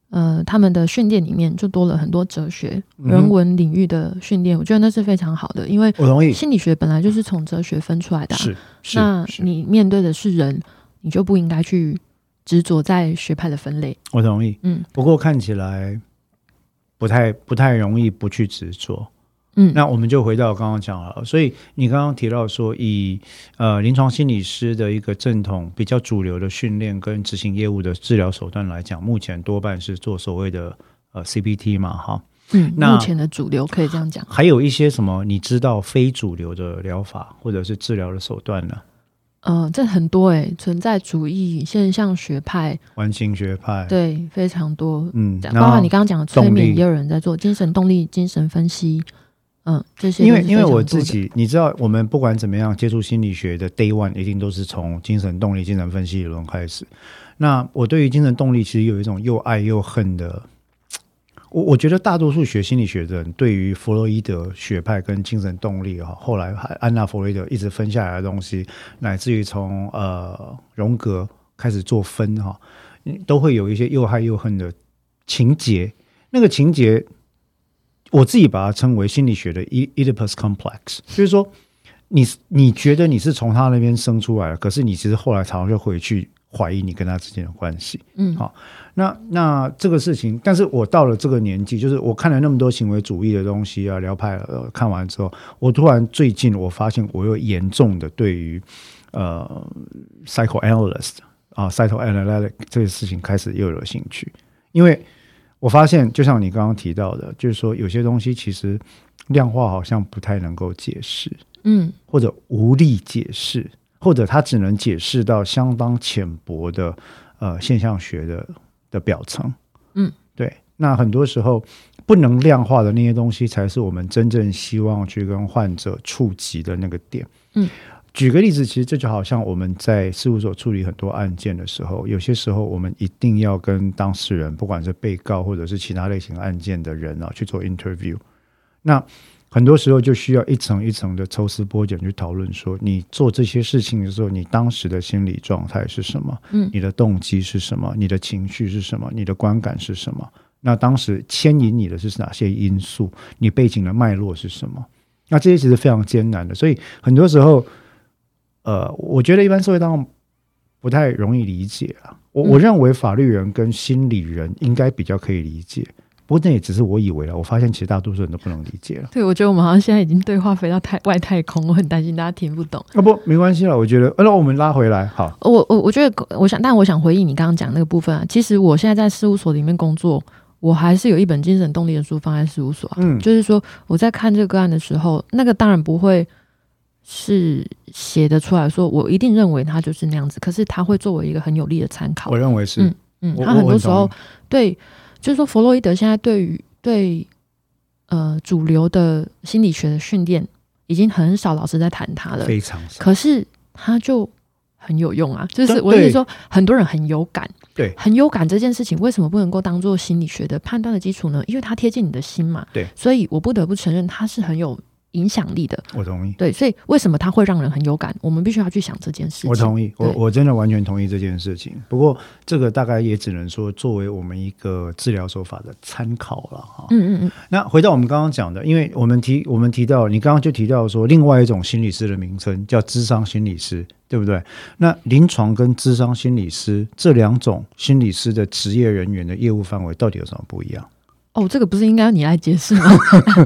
Speaker 2: 呃，他们的训练里面就多了很多哲学、
Speaker 1: 嗯哼
Speaker 2: 人文领域的训练，我觉得那是非常好的，因为
Speaker 1: 我同意，
Speaker 2: 心理学本来就是从哲学分出来的啊、
Speaker 1: 嗯是是
Speaker 2: 那
Speaker 1: 是，
Speaker 2: 你面对的是人，你就不应该去执着在学派的分类。
Speaker 1: 我同意。
Speaker 2: 嗯
Speaker 1: 不过看起来不太不太容易不去执着。
Speaker 2: 嗯
Speaker 1: 那我们就回到刚刚讲了，所以你刚刚提到说以，呃临床心理师的一个正统、比较主流的训练跟执行业务的治疗手段来讲，目前多半是做所谓的呃 CPT 嘛，哈，
Speaker 2: 嗯，
Speaker 1: 那
Speaker 2: 目前的主流可以这样讲，
Speaker 1: 还有一些什么你知道非主流的疗法或者是治疗的手段呢？
Speaker 2: 呃，这很多诶、存在主义现象学派，
Speaker 1: 完形学派，，
Speaker 2: 对，非常多，
Speaker 1: 嗯，然
Speaker 2: 包
Speaker 1: 后
Speaker 2: 括你刚刚讲的催
Speaker 1: 动
Speaker 2: 眠，
Speaker 1: 力
Speaker 2: 也有人在做精神动力、精神分析，嗯，这些
Speaker 1: 因
Speaker 2: 都
Speaker 1: 为
Speaker 2: 是
Speaker 1: 因为
Speaker 2: 非常
Speaker 1: 我
Speaker 2: 多
Speaker 1: 自
Speaker 2: 的
Speaker 1: 己，你知道，我们不管怎么样接触心理学的 day one，一定都是从精神动力、精神分析理论开始。那我对于精神动力其实有一种又爱又恨的。我我觉得大多数学心理学的人对于弗洛伊德学派跟精神动力哈，后来还安娜弗洛伊德一直分下来的东西，乃至于从呃荣格开始做分哈，嗯都会有一些又爱又恨的情节。那个情节我自己把它称为心理学的 E- Oedipus complex，就是说你你觉得你是从他那边生出来的，可是你其实后来常常就回去怀疑你跟他之间的关系。
Speaker 2: 嗯
Speaker 1: 好那那这个事情，但是我到了这个年纪，就是我看了那么多行为主义的东西啊，疗派呃看完之后，我突然最近我发现我有严重的对于呃 psychoanalyst 啊 psychoanalytic 这个事情开始又有兴趣，因为我发现就像你刚刚提到的，就是说有些东西其实量化好像不太能够解释。
Speaker 2: 嗯
Speaker 1: 或者无力解释，或者他只能解释到相当浅薄的呃现象学的的表层。
Speaker 2: 嗯，
Speaker 1: 对。那很多时候不能量化的那些东西，才是我们真正希望去跟患者触及的那个点。
Speaker 2: 嗯。
Speaker 1: 举个例子，其实这就好像我们在事务所处理很多案件的时候，有些时候我们一定要跟当事人，不管是被告或者是其他类型案件的人啊，去做 interview。那很多时候就需要一层一层的抽丝剥茧去讨论，说你做这些事情的时候，你当时的心理状态是什么？
Speaker 2: 嗯
Speaker 1: 你的动机是什么？你的情绪是什么？你的观感是什么？那当时牵引你的是哪些因素？你背景的脉络是什么？那这些其实非常艰难的，所以很多时候，呃，我觉得一般社会当中不太容易理解啊。我我
Speaker 2: 嗯
Speaker 1: 认为法律人跟心理人应该比较可以理解，不过那也只是我以为了。我发现其实大多数人都不能理解了。
Speaker 2: 对，我觉得我们好像现在已经对话飞到太外太空，我很担心大家听不懂。
Speaker 1: 啊，不，没关系了。我觉得，呃那、我们拉回来，好，
Speaker 2: 呃我我我觉得，我想，但我想回应你刚刚讲那个部分啊。其实我现在在事务所里面工作，我还是有一本精神动力的书放在事务所啊。
Speaker 1: 嗯
Speaker 2: 就是说我在看这个个案的时候，那个当然不会是写得出来说我一定认为他就是那样子，可是他会作为一个很有力的参考
Speaker 1: 我。认为是，
Speaker 2: 嗯，
Speaker 1: 我
Speaker 2: 他
Speaker 1: 我
Speaker 2: 很多
Speaker 1: 很
Speaker 2: 时
Speaker 1: 同
Speaker 2: 候
Speaker 1: 意
Speaker 2: 对，就是说弗洛伊德现在对于对呃主流的心理学的训练，已经很少老师在谈他了。
Speaker 1: 非常少。
Speaker 2: 可是他就很有用啊，就
Speaker 1: 对
Speaker 2: 是我是说，很多人很有感，
Speaker 1: 对
Speaker 2: 很有感这件事情，为什么不能够当做心理学的判断的基础呢？因为它贴近你的心嘛，
Speaker 1: 对，
Speaker 2: 所以我不得不承认它是很有影响力的，
Speaker 1: 我同意，
Speaker 2: 对，所以为什么它会让人很有感？我们必须要去想这件事
Speaker 1: 我
Speaker 2: 情。
Speaker 1: 同意，我
Speaker 2: 对
Speaker 1: 我真的完全同意这件事情。不过，这个大概也只能说作为我们一个治疗手法的参考了哈。
Speaker 2: 嗯嗯嗯，
Speaker 1: 那回到我们刚刚讲的，因为我们提我们提到，你刚刚就提到说，另外一种心理师的名称叫智商心理师，对不对？那临床跟智商心理师这两种心理师的职业人员的业务范围到底有什么不一样？
Speaker 2: 哦，这个不是应该你来 解释吗？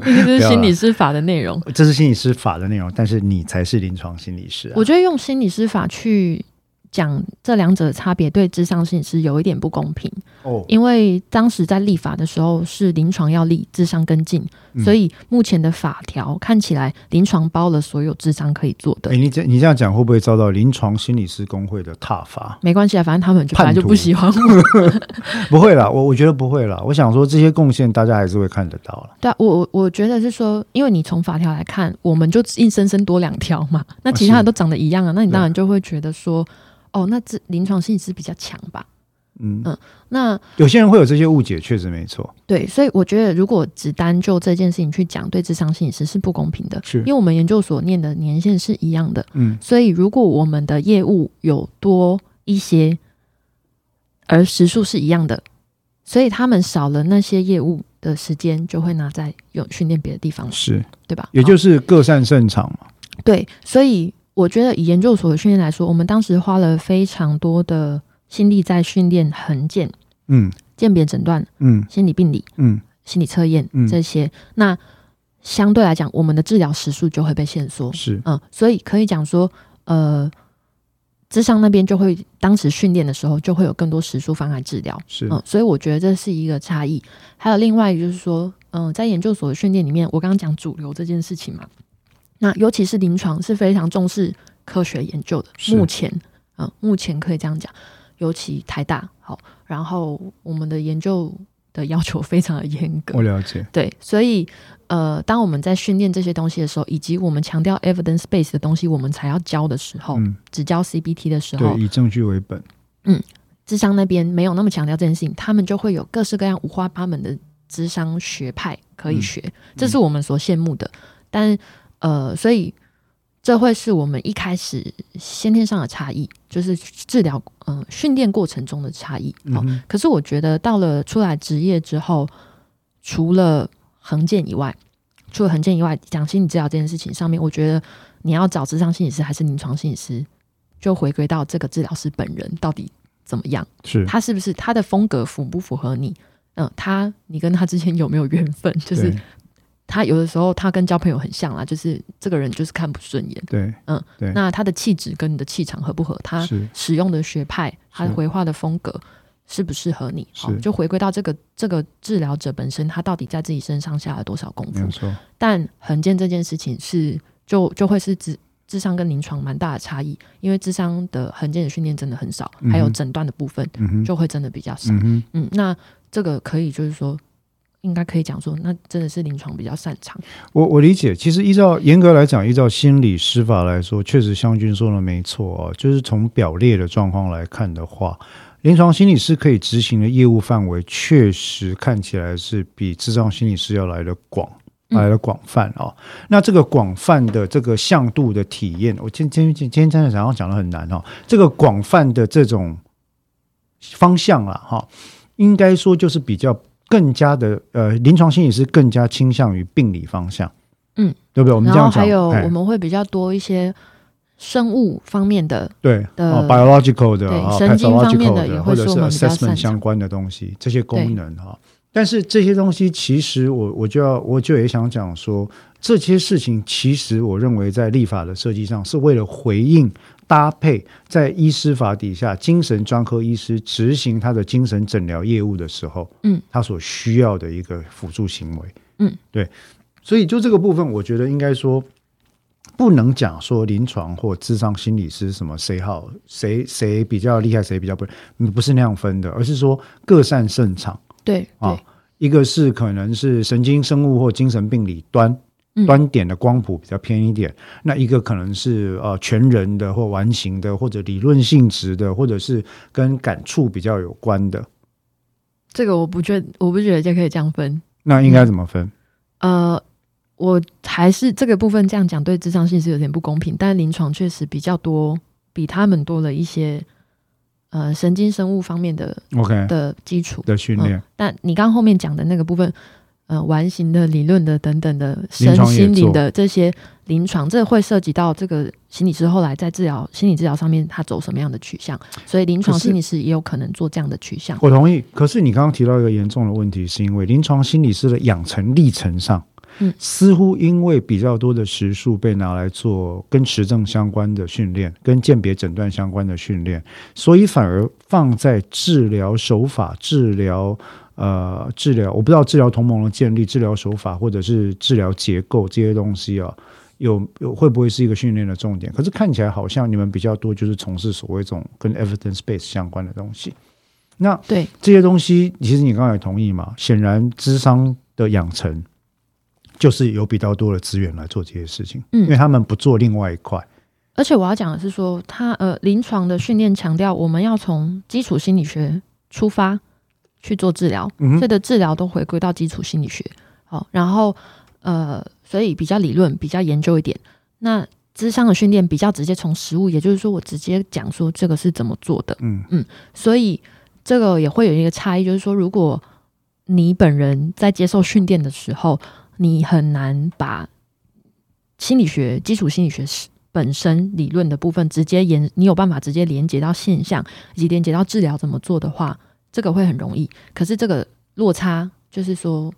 Speaker 2: 那个就是心理师法的内容。
Speaker 1: 这是心理师法的内容，但是你才是临床心理师、啊。
Speaker 2: 我觉得用心理师法去讲这两者的差别，对智商心理师有一点不公平。
Speaker 1: 哦，
Speaker 2: 因为当时在立法的时候是临床要立，智商跟进，
Speaker 1: 嗯
Speaker 2: 所以目前的法条看起来临床包了所有智商可以做的
Speaker 1: 哎，，你这你这样讲会不会遭到临床心理师工会的挞伐？
Speaker 2: 没关系啊，反正他们就
Speaker 1: 叛
Speaker 2: 本
Speaker 1: 徒
Speaker 2: 来就不喜欢我。
Speaker 1: 不会啦，我我觉得不会啦。我想说这些贡献大家还是会看得到啦。
Speaker 2: 对啊，我我我觉得是说，因为你从法条来看，我们就硬生生多两条嘛，那其他
Speaker 1: 啊是
Speaker 2: 的都长得一样啊，那你当然就会觉得说，哦，那这临床心理师比较强吧？
Speaker 1: 嗯，
Speaker 2: 嗯那
Speaker 1: 有些人会有这些误解，确实没错。
Speaker 2: 对，所以我觉得如果只单就这件事情去讲，对智商心理师是不公平的，
Speaker 1: 是
Speaker 2: 因为我们研究所念的年限是一样的。
Speaker 1: 嗯，
Speaker 2: 所以，如果我们的业务有多一些，而时数是一样的，所以他们少了那些业务的时间，就会拿在用训练别的地方了，
Speaker 1: 是，
Speaker 2: 对吧？
Speaker 1: 也就是是各擅胜场嘛。
Speaker 2: 对，所以我觉得以研究所的训练来说，我们当时花了非常多的心力在训练横鉴、
Speaker 1: 嗯
Speaker 2: 鉴别诊断、
Speaker 1: 嗯
Speaker 2: 心理病理、
Speaker 1: 嗯
Speaker 2: 心理测验
Speaker 1: 嗯
Speaker 2: 这些。那相对来讲，我们的治疗时数就会被限缩。
Speaker 1: 是
Speaker 2: 嗯，所以可以讲说，呃，智商那边就会当时训练的时候就会有更多时数方来治疗。
Speaker 1: 是
Speaker 2: 嗯，所以我觉得这是一个差异。还有另外就是说，嗯、在研究所的训练里面，我刚刚讲主流这件事情嘛，那尤其是临床是非常重视科学研究的。
Speaker 1: 是
Speaker 2: 目前，嗯、目前可以这样讲，尤其台大好，然后我们的研究的要求非常的严格
Speaker 1: 我。了解，
Speaker 2: 对，所以呃，当我们在训练这些东西的时候，以及我们强调 evidence base 的东西，我们才要教的时候，
Speaker 1: 嗯，
Speaker 2: 只教 CBT 的时候
Speaker 1: 对，，以证据为本，
Speaker 2: 智商那边没有那么强调这件事情，他们就会有各式各样五花八门的智商学派可以
Speaker 1: 嗯
Speaker 2: 学，这是我们所羡慕的。但呃，所以这会是我们一开始先天上的差异，就是治疗嗯、呃训练过程中的差异。
Speaker 1: 嗯
Speaker 2: 哦
Speaker 1: 哼，
Speaker 2: 可是我觉得到了出来职业之后，除了横件以外，除了横件以外，讲心理治疗这件事情上面，我觉得你要找智商心理师还是临床心理师，就回归到这个治疗师本人到底怎么样，
Speaker 1: 是
Speaker 2: 他是不是他的风格符不符合你？嗯，他你跟他之间有没有缘分？就是
Speaker 1: 对
Speaker 2: 他有的时候他跟交朋友很像啦，就是这个人就是看不顺眼，
Speaker 1: 对，
Speaker 2: 嗯，
Speaker 1: 对，
Speaker 2: 那他的气质跟你的气场合不合？他
Speaker 1: 是
Speaker 2: 使用的学派，他
Speaker 1: 是
Speaker 2: 回话的风格适不适合你？好，
Speaker 1: 是
Speaker 2: 就回归到这个这个治疗者本身，他到底在自己身上下了多少功
Speaker 1: 没有
Speaker 2: 夫？
Speaker 1: 错，
Speaker 2: 但横见这件事情是就就会是智智商跟临床蛮大的差异，因为智商的横见的训练真的很少，还
Speaker 1: 嗯
Speaker 2: 有
Speaker 1: 哼
Speaker 2: 诊断的部分
Speaker 1: 嗯哼，
Speaker 2: 就会真的比较少。
Speaker 1: 嗯哼，
Speaker 2: 嗯，那这个可以就是说。应该可以讲说，那真的是临床比较擅长，
Speaker 1: 我我理解，其实依照严格来讲，依照心理师法来说，确实湘军说的没错啊、就是从表列的状况来看的话，临床心理师可以执行的业务范围，确实看起来是比智障心理师要来的广。
Speaker 2: 嗯
Speaker 1: 来的广泛啊、那这个广泛的这个向度的体验，我今今今今天真的想要讲的很难哦。这个广泛的这种方向啦，哈、应该说就是比较更加的呃，临床心理师更加倾向于病理方向，
Speaker 2: 嗯，
Speaker 1: 对不对？我们
Speaker 2: 然
Speaker 1: 这
Speaker 2: 后
Speaker 1: 样讲，
Speaker 2: 还有
Speaker 1: 哎
Speaker 2: 我们会比较多一些生物方面的
Speaker 1: 对
Speaker 2: 的
Speaker 1: 哦，biological 的
Speaker 2: 对
Speaker 1: 啊
Speaker 2: 神经方面
Speaker 1: pathological
Speaker 2: 的也
Speaker 1: 或
Speaker 2: 会
Speaker 1: 者
Speaker 2: 是我
Speaker 1: 是
Speaker 2: 们比较
Speaker 1: assessment
Speaker 2: 擅
Speaker 1: 相
Speaker 2: 长
Speaker 1: 关的东西，这些功能哈。但是这些东西其实我我就要我就也想讲说，这些事情其实我认为在立法的设计上是为了回应搭配在医师法底下精神专科医师执行他的精神诊疗业务的时候，
Speaker 2: 嗯，
Speaker 1: 他所需要的一个辅助行为，
Speaker 2: 嗯，
Speaker 1: 对。所以就这个部分，我觉得应该说，不能讲说临床或智商心理师什么谁好谁谁比较厉害，谁比较不，嗯不是那样分的，而是说各擅胜场
Speaker 2: 对
Speaker 1: 啊
Speaker 2: 对。
Speaker 1: 一个是可能是神经生物或精神病理端
Speaker 2: 嗯
Speaker 1: 端点的光谱比较偏一点，那一个可能是呃全人的或完形的，或者理论性质的，或者是跟感触比较有关的，
Speaker 2: 这个我不觉我不觉得这可以这样分。
Speaker 1: 那
Speaker 2: 嗯
Speaker 1: 应该怎么分？
Speaker 2: 呃，我还是这个部分这样讲对智商性是有点不公平，但临床确实比较多，比他们多了一些呃神经生物方面的
Speaker 1: OK
Speaker 2: 的基础。嗯
Speaker 1: 的训练，
Speaker 2: 但你刚后面讲的那个部分，呃，完形的理论的等等的身
Speaker 1: 床也
Speaker 2: 心灵
Speaker 1: 做
Speaker 2: 的这些临床，这会涉及到这个心理师后来在治疗心理治疗上面他走什么样的取向，所以临床
Speaker 1: 可是
Speaker 2: 心理师也有可能做这样的取向。
Speaker 1: 我同意。可是你刚刚提到一个严重的问题，是因为临床心理师的养成历程上，
Speaker 2: 嗯
Speaker 1: 似乎因为比较多的时数被拿来做跟实证相关的训练、跟鉴别诊断相关的训练，所以反而放在治疗手法、治疗呃治疗，我不知道治疗同盟的建立、治疗手法或者是治疗结构这些东西啊。有有会不会是一个训练的重点？可是看起来好像你们比较多就是从事所谓这种跟 evidence base 相关的东西。那
Speaker 2: 对，
Speaker 1: 这些东西，其实你刚才也同意嘛？显然，智商的养成就是有比较多的资源来做这些事情，
Speaker 2: 嗯
Speaker 1: 因为他们不做另外一块，
Speaker 2: 而且我要讲的是说，他呃，临床的训练强调我们要从基础心理学出发去做治疗，
Speaker 1: 嗯
Speaker 2: 所有的治疗都回归到基础心理学。好，然后呃，所以比较理论，比较研究一点。那智商的训练比较直接从实物，也就是说，我直接讲说这个是怎么做的。
Speaker 1: 嗯
Speaker 2: 所以这个也会有一个差异，就是说，如果你本人在接受训练的时候，你很难把心理学、基础心理学是本身理论的部分直接连，你有办法直接连接到现象，以及连接到治疗怎么做的话，这个会很容易。可是这个落差，就是说，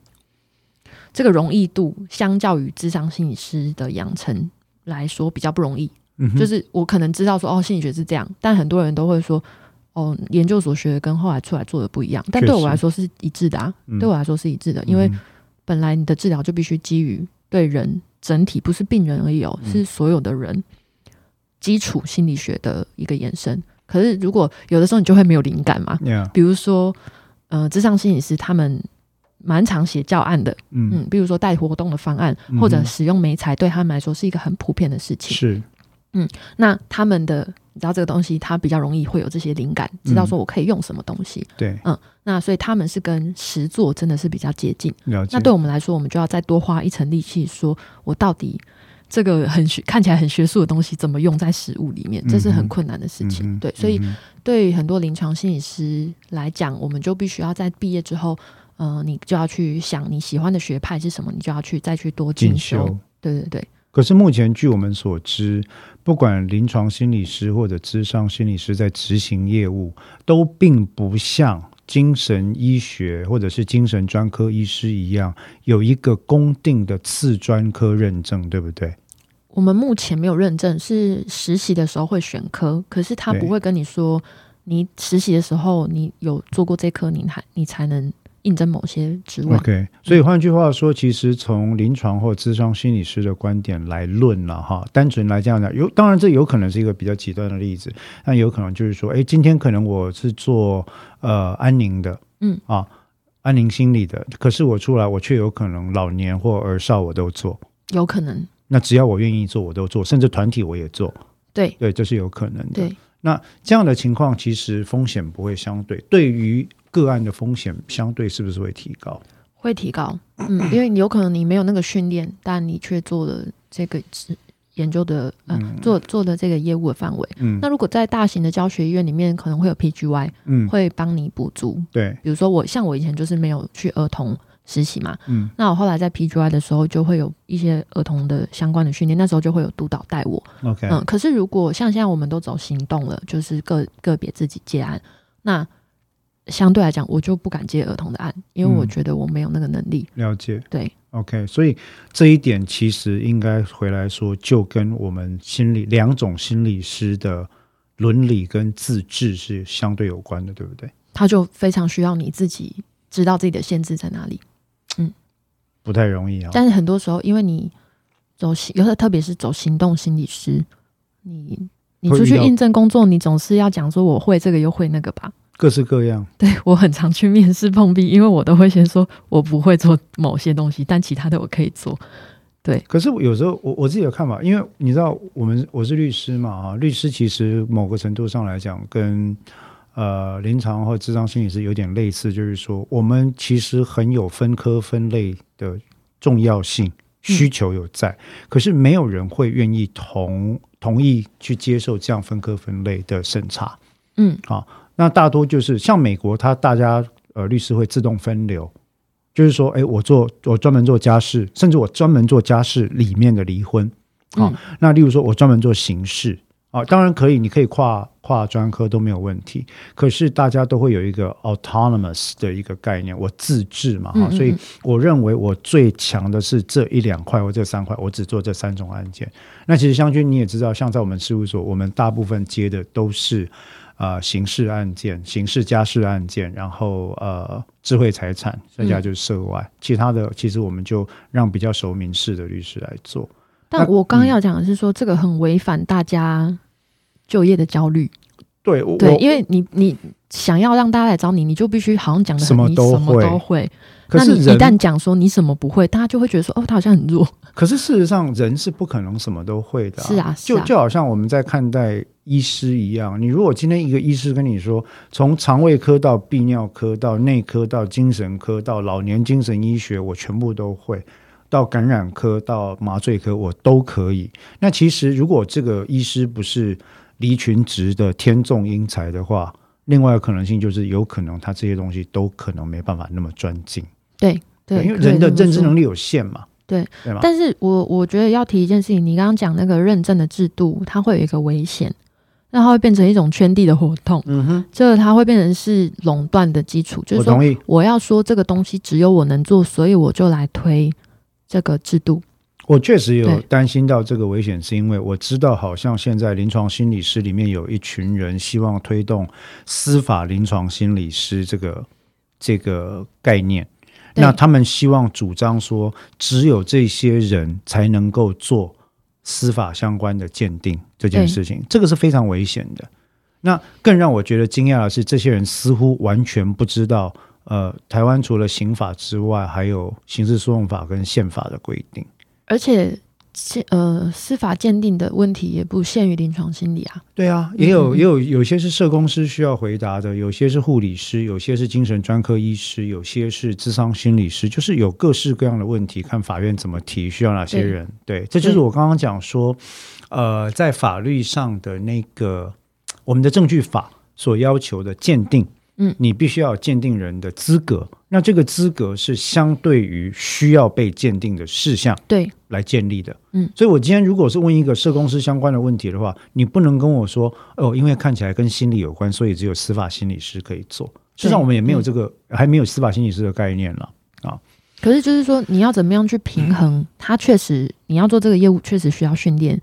Speaker 2: 这个容易度，相较于智商心理师的养成来说比较不容易。
Speaker 1: 嗯哼，
Speaker 2: 就是我可能知道说哦，心理学是这样，但很多人都会说哦，研究所学的跟后来出来做的不一样。但
Speaker 1: 确
Speaker 2: 对我
Speaker 1: 实
Speaker 2: 来说是一致的啊，
Speaker 1: 嗯
Speaker 2: 对我来说是一致的，因为
Speaker 1: 嗯哼
Speaker 2: 本来你的治疗就必须基于对人整体，不是病人而已哦，
Speaker 1: 嗯
Speaker 2: 是所有的人基础心理学的一个延伸。可是如果有的时候你就会没有灵感嘛，
Speaker 1: ，yeah，
Speaker 2: 比如说，呃，智商心理师他们蛮常写教案的，
Speaker 1: 嗯，
Speaker 2: 嗯，比如说带活动的方案，
Speaker 1: 嗯哼
Speaker 2: 或者使用媒材，对他们来说是一个很普遍的事情。
Speaker 1: 是，
Speaker 2: 那他们的你知道这个东西，他比较容易会有这些灵感，知道说我可以用什么东西。
Speaker 1: 对，
Speaker 2: 那所以他们是跟实作真的是比较接近。
Speaker 1: 了解。
Speaker 2: 那对我们来说，我们就要再多花一层力气，说我到底这个很学看起来很学术的东西，怎么用在实物里面，这是
Speaker 1: 嗯
Speaker 2: 很
Speaker 1: 哼
Speaker 2: 困难的事情。
Speaker 1: 嗯哼
Speaker 2: 对，所以
Speaker 1: 嗯哼
Speaker 2: 对于很多临床心理师来讲，我们就必须要在毕业之后，呃，你就要去想你喜欢的学派是什么，你就要去再去多进
Speaker 1: 进
Speaker 2: 修。
Speaker 1: 修。
Speaker 2: 对对对，
Speaker 1: 可是目前据我们所知，不管临床心理师或者咨商心理师在执行业务，都并不像精神医学或者是精神专科医师一样有一个公定的次专科认证，对不对？
Speaker 2: 我们目前没有认证，是实习的时候会选科，可是他
Speaker 1: 对
Speaker 2: 不会跟你说，你实习的时候你有做过这科，你还你才能应征某些职位。
Speaker 1: OK，所以换句话说，其实从临床或咨商心理师的观点来论了哈，单纯来这样讲，有当然这有可能是一个比较极端的例子，但有可能就是说，哎，今天可能我是做呃安宁的，
Speaker 2: 嗯
Speaker 1: 啊，安宁心理的，可是我出来我却有可能老年或儿少我都做，
Speaker 2: 有可能，
Speaker 1: 那只要我愿意做我都做，甚至团体我也做，
Speaker 2: 对
Speaker 1: 对，这是有可能的。
Speaker 2: 对，
Speaker 1: 那这样的情况其实风险不会相对，对于个案的风险相对是不是会提高？
Speaker 2: 会提高。嗯，因为有可能你没有那个训练，但你却做了这个职研究的，呃，做做的这个业务的范围。
Speaker 1: 嗯
Speaker 2: 那如果在大型的教学医院里面，可能会有 PGY
Speaker 1: 嗯，
Speaker 2: 会帮你补足。
Speaker 1: 对，
Speaker 2: 比如说我像我以前就是没有去儿童实习嘛，
Speaker 1: 嗯。
Speaker 2: 那我后来在 PGY 的时候就会有一些儿童的相关的训练，那时候就会有督导带我。
Speaker 1: OK，
Speaker 2: 嗯，可是如果像现在我们都走行动了，就是个个别自己接案，那相对来讲我就不敢接儿童的案，因为我
Speaker 1: 嗯
Speaker 2: 觉得我没有那个能力。
Speaker 1: 了解。
Speaker 2: 对
Speaker 1: ，OK，所以这一点其实应该回来说，就跟我们心理两种心理师的伦理跟自治是相对有关的，对不对？
Speaker 2: 他就非常需要你自己知道自己的限制在哪里。
Speaker 1: 不太容易啊。
Speaker 2: 但是很多时候，因为你走行，尤其特别是走行动心理师，你你
Speaker 1: 会
Speaker 2: 出去
Speaker 1: 遇到
Speaker 2: 应征工作，你总是要讲说我会这个又会那个吧。
Speaker 1: 各式各样，
Speaker 2: 对我很常去面试碰壁，因为我都会先说我不会做某些东西，但其他的我可以做。
Speaker 1: 可是有时候我我自己的看法，因为你知道，我们我是律师嘛啊，律师其实某个程度上来讲跟。呃，临床或智商心理师有点类似，就是说，我们其实很有分科分类的重要性，需求有在，可是没有人会愿意同同意去接受这样分科分类的审查。
Speaker 2: 嗯，
Speaker 1: 那大多就是像美国，它大家呃律师会自动分流，就是说，哎，我做我专门做家事，甚至我专门做家事里面的离婚。好、
Speaker 2: 嗯
Speaker 1: 那例如说我专门做刑事啊，当然可以，你可以跨跨专科都没有问题。可是大家都会有一个 autonomous 的一个概念，我自治嘛哈、
Speaker 2: 嗯嗯嗯
Speaker 1: 所以我认为我最强的是这一两块或这三块，我只做这三种案件。那其实湘君你也知道，像在我们事务所，我们大部分接的都是呃刑事案件、刑事家事案件，然后呃智慧财产，剩
Speaker 2: 嗯
Speaker 1: 下就是涉外，其他的其实我们就让比较熟民事的律师来做。
Speaker 2: 但我刚刚要讲的是说，这个很违反大家就业的焦虑。
Speaker 1: 对，我
Speaker 2: 对，
Speaker 1: 我
Speaker 2: 因为你你想要让大家来找你，你就必须好像讲的
Speaker 1: 什么
Speaker 2: 你
Speaker 1: 都
Speaker 2: 什么
Speaker 1: 会
Speaker 2: 都会。
Speaker 1: 可
Speaker 2: 那
Speaker 1: 是
Speaker 2: 你一
Speaker 1: 人
Speaker 2: 旦讲说你什么不会，大家就会觉得说哦，他好像很弱。
Speaker 1: 可是事实上，人是不可能什么都会的、
Speaker 2: 是啊是
Speaker 1: 就
Speaker 2: 啊
Speaker 1: 就好像我们在看待医师一样，你如果今天一个医师跟你说，从肠胃科到泌尿科到内科到精神科到老年精神医学，我全部都会。到感染科到麻醉科，我都可以。那其实如果这个医师不是离群值的天纵英才的话，另外的可能性就是有可能他这些东西都可能没办法那么专精，
Speaker 2: 对对，
Speaker 1: 因为人的认知能
Speaker 2: 力。
Speaker 1: 力有限嘛，
Speaker 2: 对
Speaker 1: 对吗？
Speaker 2: 但是我我觉得要提一件事情，你刚刚讲那个认证的制度，它会有一个危险，那它会变成一种圈地的活动，
Speaker 1: 嗯哼，
Speaker 2: 这个它会变成是垄断的基础，就
Speaker 1: 我
Speaker 2: 是说
Speaker 1: 同意。
Speaker 2: 我要说这个东西只有我能做，所以我就来推这个制度。
Speaker 1: 我确实有
Speaker 2: 对
Speaker 1: 担心到这个危险，是因为我知道好像现在临床心理师里面有一群人希望推动司法临床心理师这个这个概念。
Speaker 2: 对
Speaker 1: 那他们希望主张说，只有这些人才能够做司法相关的鉴定这件事情，这个是非常危险的。那更让我觉得惊讶的是，这些人似乎完全不知道，呃，台湾除了刑法之外，还有刑事诉讼法跟宪法的规定。
Speaker 2: 而且，鉴呃，司法鉴定的问题也不限于临床心理啊。
Speaker 1: 对啊，也有也有有些是社工师需要回答的，有些是护理师，有些是精神专科医师，有些是智商心理师，就是有各式各样的问题，看法院怎么提，需要哪些人。对，这就是我刚刚讲说，呃，在法律上的那个我们的证据法所要求的鉴定，
Speaker 2: 嗯，
Speaker 1: 你必须要有鉴定人的资格。那这个资格是相对于需要被鉴定的事项。
Speaker 2: 对，
Speaker 1: 来建立的。
Speaker 2: 嗯，
Speaker 1: 所以我今天如果是问一个社公司相关的问题的话，你不能跟我说哦，因为看起来跟心理有关，所以只有司法心理师可以做。事实上，我们也没有这个，
Speaker 2: 嗯
Speaker 1: 还没有司法心理师的概念了。
Speaker 2: 可是就是说，你要怎么样去平
Speaker 1: 嗯
Speaker 2: 衡？它确实，你要做这个业务，确实需要训练，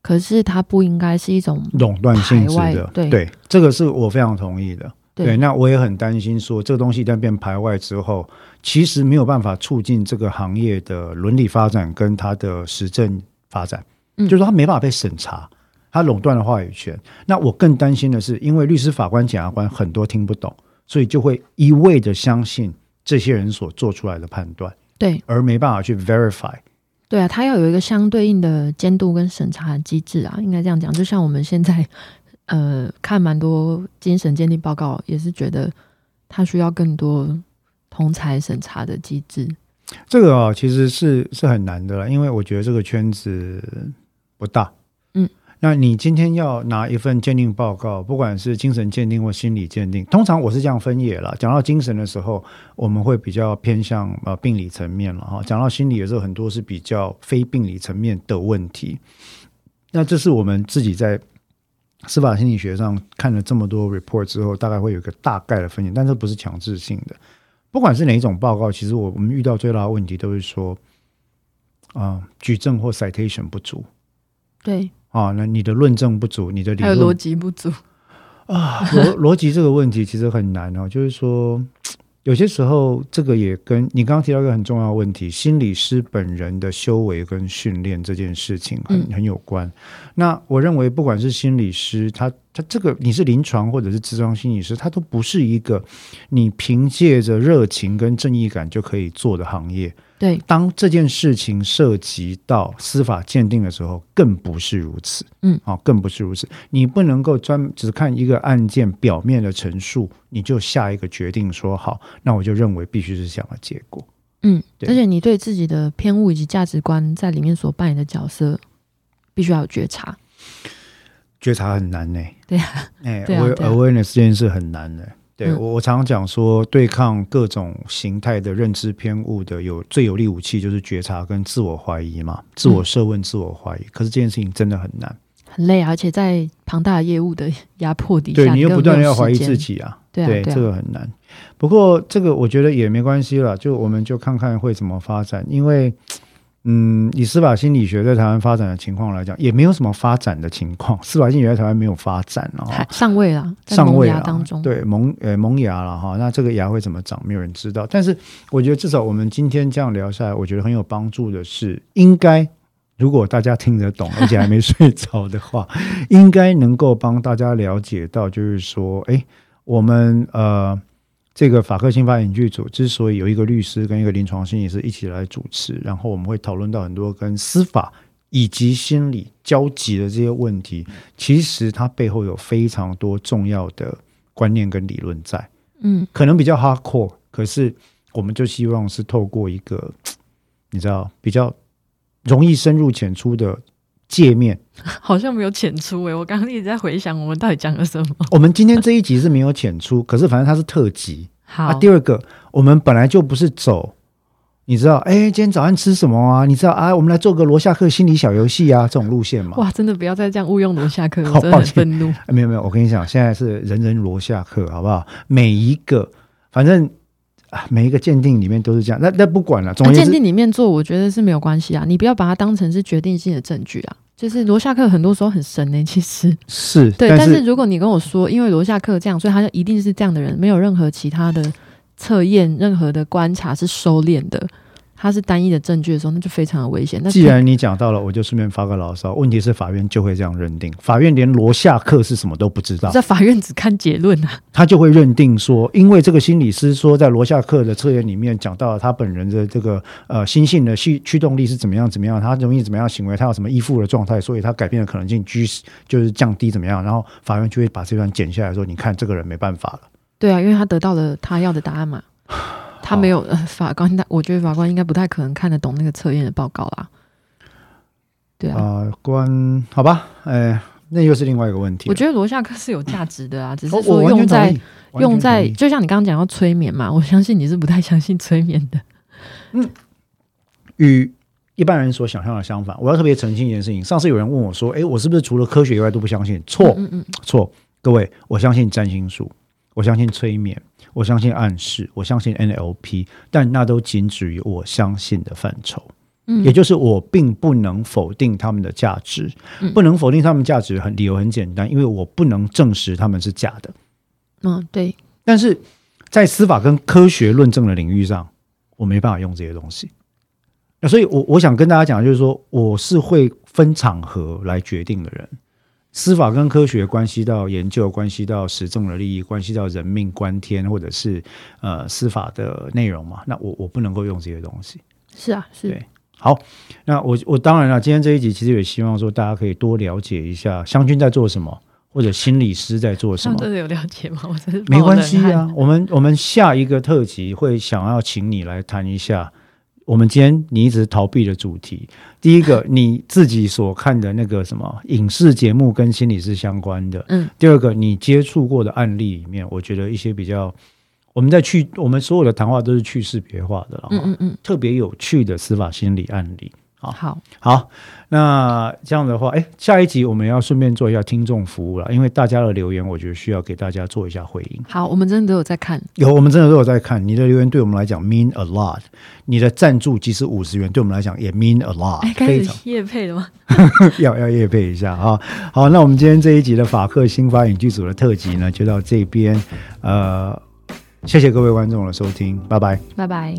Speaker 2: 可是它不应该是一种
Speaker 1: 垄断性质
Speaker 2: 排
Speaker 1: 的
Speaker 2: 外，对
Speaker 1: 这个是我非常同意的。
Speaker 2: 对
Speaker 1: 那我也很担心说，这个东西一旦变排外之后，其实没有办法促进这个行业的伦理发展跟它的实证发展，
Speaker 2: 嗯
Speaker 1: 就是说它没办法被审查，它垄断了话语权。那我更担心的是，因为律师、法官、检察官很多听不懂，所以就会一味的相信这些人所做出来的判断，
Speaker 2: 对
Speaker 1: 而没办法去 verify。
Speaker 2: 对啊，它要有一个相对应的监督跟审查的机制啊，应该这样讲。就像我们现在 呃看蛮多精神鉴定报告，也是觉得它需要更多同才审查的机制。
Speaker 1: 这个啊、其实是是很难的了，因为我觉得这个圈子不大。
Speaker 2: 嗯，
Speaker 1: 那你今天要拿一份鉴定报告，不管是精神鉴定或心理鉴定，通常我是这样分野了。讲到精神的时候，我们会比较偏向呃病理层面了哈；讲到心理的时候，很多是比较非病理层面的问题。那这是我们自己在司法心理学上看了这么多 report 之后，大概会有一个大概的分析，但这不是强制性的。不管是哪一种报告，其实我我们遇到最大的问题都是说，啊、举证或 citation 不足
Speaker 2: 对，
Speaker 1: 啊，那你的论证不足，你的理
Speaker 2: 还有逻
Speaker 1: 论
Speaker 2: 辑不足。
Speaker 1: 啊，逻逻辑这个问题其实很难哦。就是说，有些时候这个也跟你刚刚提到一个很重要的问题，心理师本人的修为跟训练这件事情很
Speaker 2: 嗯
Speaker 1: 很有关。那我认为，不管是心理师，他他这个你是临床或者是智商心理师，他都不是一个你凭借着热情跟正义感就可以做的行业。
Speaker 2: 对，
Speaker 1: 当这件事情涉及到司法鉴定的时候，更不是如此。
Speaker 2: 嗯，
Speaker 1: 啊、更不是如此。你不能够专只看一个案件表面的陈述，你就下一个决定说好，那我就认为必须是这样的结果。
Speaker 2: 嗯，
Speaker 1: 对
Speaker 2: 而且你对自己的偏误以及价值观在里面所扮演的角色，必须要有觉察。
Speaker 1: 觉察很难呢、
Speaker 2: 对
Speaker 1: 啊，哎、
Speaker 2: 对啊
Speaker 1: aware-
Speaker 2: 对啊
Speaker 1: awareness 这件事很难的、对
Speaker 2: 嗯
Speaker 1: 我，我常常讲说，对抗各种形态的认知偏误的有最有力武器就是觉察跟自我怀疑嘛，自
Speaker 2: 嗯
Speaker 1: 我设问、自我怀疑。可是这件事情真的很难，
Speaker 2: 很累啊，而且在庞大的业务的压迫底下，
Speaker 1: 对你又
Speaker 2: 根
Speaker 1: 不
Speaker 2: 本
Speaker 1: 断的
Speaker 2: 没有
Speaker 1: 要怀疑
Speaker 2: 时间
Speaker 1: 自。己啊，
Speaker 2: 对啊，
Speaker 1: 对，
Speaker 2: 对啊，
Speaker 1: 这个很难。不过这个我觉得也没关系啦，就我们就看看会怎么发展，因为。嗯，以司法心理学在台湾发展的情况来讲，也没有什么发展的情况。司法心理学在台湾没有发展了、哦，
Speaker 2: 还上位啦，在
Speaker 1: 上
Speaker 2: 萌
Speaker 1: 位
Speaker 2: 芽
Speaker 1: 啊
Speaker 2: 当中，
Speaker 1: 对萌呃萌芽了哈。那这个芽会怎么长，没有人知道。但是我觉得至少我们今天这样聊下来，我觉得很有帮助的是，应该如果大家听得懂，而且还没睡着的话， 应该能够帮大家了解到，就是说，哎，我们呃。这个法克新法影剧组之所以有一个律师跟一个临床心理师一起来主持，然后我们会讨论到很多跟司法以及心理交集的这些问题，其实它背后有非常多重要的观念跟理论在，
Speaker 2: 嗯，
Speaker 1: 可能比较 hardcore，可是我们就希望是透过一个你知道比较容易深入浅出的界面。
Speaker 2: 好像没有浅出欸诶、我刚刚一直在回想我们到底讲了什么。
Speaker 1: 我们今天这一集是没有浅出，可是反正它是特辑
Speaker 2: 好，
Speaker 1: 啊。第二个，我们本来就不是走你知道，哎，今天早上吃什么啊？你知道啊，我们来做个罗夏克心理小游戏啊，这种路线嘛。
Speaker 2: 哇，真的不要再这样误用罗夏克，
Speaker 1: 好
Speaker 2: 我真的
Speaker 1: 抱
Speaker 2: 很
Speaker 1: 歉
Speaker 2: 愤怒。
Speaker 1: 哎没有没有，我跟你讲，现在是人人罗夏克，好不好？每一个，反正啊，每一个鉴定里面都是这样。那那不管了，总
Speaker 2: 那
Speaker 1: 而言
Speaker 2: 啊
Speaker 1: 之，
Speaker 2: 鉴定里面做，我觉得是没有关系啊，你不要把它当成是决定性的证据啊。就是罗夏克很多时候很神呢、欸 其实
Speaker 1: 是
Speaker 2: 对，
Speaker 1: 但
Speaker 2: 但是如果你跟我说，因为罗夏克这样，所以他就一定是这样的人，没有任何其他的测验、任何的观察是收敛的，他是单一的证据的时候，那就非常的危险。那
Speaker 1: 既然你讲到了，我就顺便发个牢骚。问题是法院就会这样认定，法院连罗夏克是什么都不知道，
Speaker 2: 在法院只看结论啊，
Speaker 1: 他就会认定说，因为这个心理师说在罗夏克的测验里面讲到了他本人的这个呃心性的驱驱动力是怎么样怎么样，他容易怎么样行为，他有什么依附的状态，所以他改变的可能性居就是降低怎么样，然后法院就会把这段剪下来说，你看这个人没办法了。
Speaker 2: 对啊，因为他得到了他要的答 案嘛，他没有、呃、法官，他我觉得法官应该不太可能看得懂那个测验的报告啦。对啊，
Speaker 1: 啊、关好吧，哎、那又是另外一个问题了。
Speaker 2: 我觉得罗夏克是有价值的啊，只是
Speaker 1: 哦
Speaker 2: 说
Speaker 1: 我完
Speaker 2: 用
Speaker 1: 全同意
Speaker 2: 在
Speaker 1: 完全
Speaker 2: 用
Speaker 1: 同
Speaker 2: 在，
Speaker 1: 意
Speaker 2: 就像你刚刚讲到催眠嘛，我相信你是不太相信催眠的。
Speaker 1: 与一般人所想象的相反。我要特别澄清一件事情：上次有人问我说：“诶，哎我是不是除了科学以外都不相信？”错，
Speaker 2: 嗯嗯，
Speaker 1: 错，各位，我相信占星术，我相信催眠，我相信暗示，我相信 NLP，但那都仅止于我相信的范畴。
Speaker 2: 嗯
Speaker 1: 也就是我并不能否定他们的价值，
Speaker 2: 嗯
Speaker 1: 不能否定他们价值，很理由很简单，因为我不能证实他们是假的。
Speaker 2: 嗯，对，
Speaker 1: 但是在司法跟科学论证的领域上，我没办法用这些东西。那所以我，我想跟大家讲，就是说，我是会分场合来决定的人。司法跟科学关系到研究，关系到实证的利益，关系到人命关天，或者是呃司法的内容嘛。那我我不能够用这些东西。
Speaker 2: 是啊，是
Speaker 1: 对。好，那我我当然了，今天这一集其实也希望说大家可以多了解一下湘军在做什么，或者心理师在做什
Speaker 2: 他
Speaker 1: 么
Speaker 2: 们。真的有了解吗？我真是
Speaker 1: 没
Speaker 2: 冒
Speaker 1: 关
Speaker 2: 哦冷
Speaker 1: 系
Speaker 2: 汗。
Speaker 1: 啊，我们我们下一个特辑会想要请你来谈一下，我们今天你一直逃避的主题。第一 个，你自己所看的那个什么影视节目跟心理是相关的；
Speaker 2: 嗯，
Speaker 1: 第二个，你接触过的案例里面，我觉得一些比较，我们在去我们所有的谈话都是去识别化的了，
Speaker 2: 嗯嗯嗯，
Speaker 1: 特别有趣的司法心理案例。好
Speaker 2: 好，
Speaker 1: 好，那这样的话，哎，下一集我们要顺便做一下听众服务了，因为大家的留言，我觉得需要给大家做一下回应。
Speaker 2: 好，我们真的都有在看，
Speaker 1: 有，我们真的都有在看你的留言，对我们来讲 mean a lot。你的赞助即使五十元，对我们来讲也 mean a lot，
Speaker 2: 哎，开
Speaker 1: 非
Speaker 2: 始
Speaker 1: 常
Speaker 2: 夜配了吗？
Speaker 1: 要要夜配一下哈。好，那我们今天这一集的法克新法影剧组的特辑呢，就到这边。呃，谢谢各位观众的收听，拜拜。
Speaker 2: 拜拜。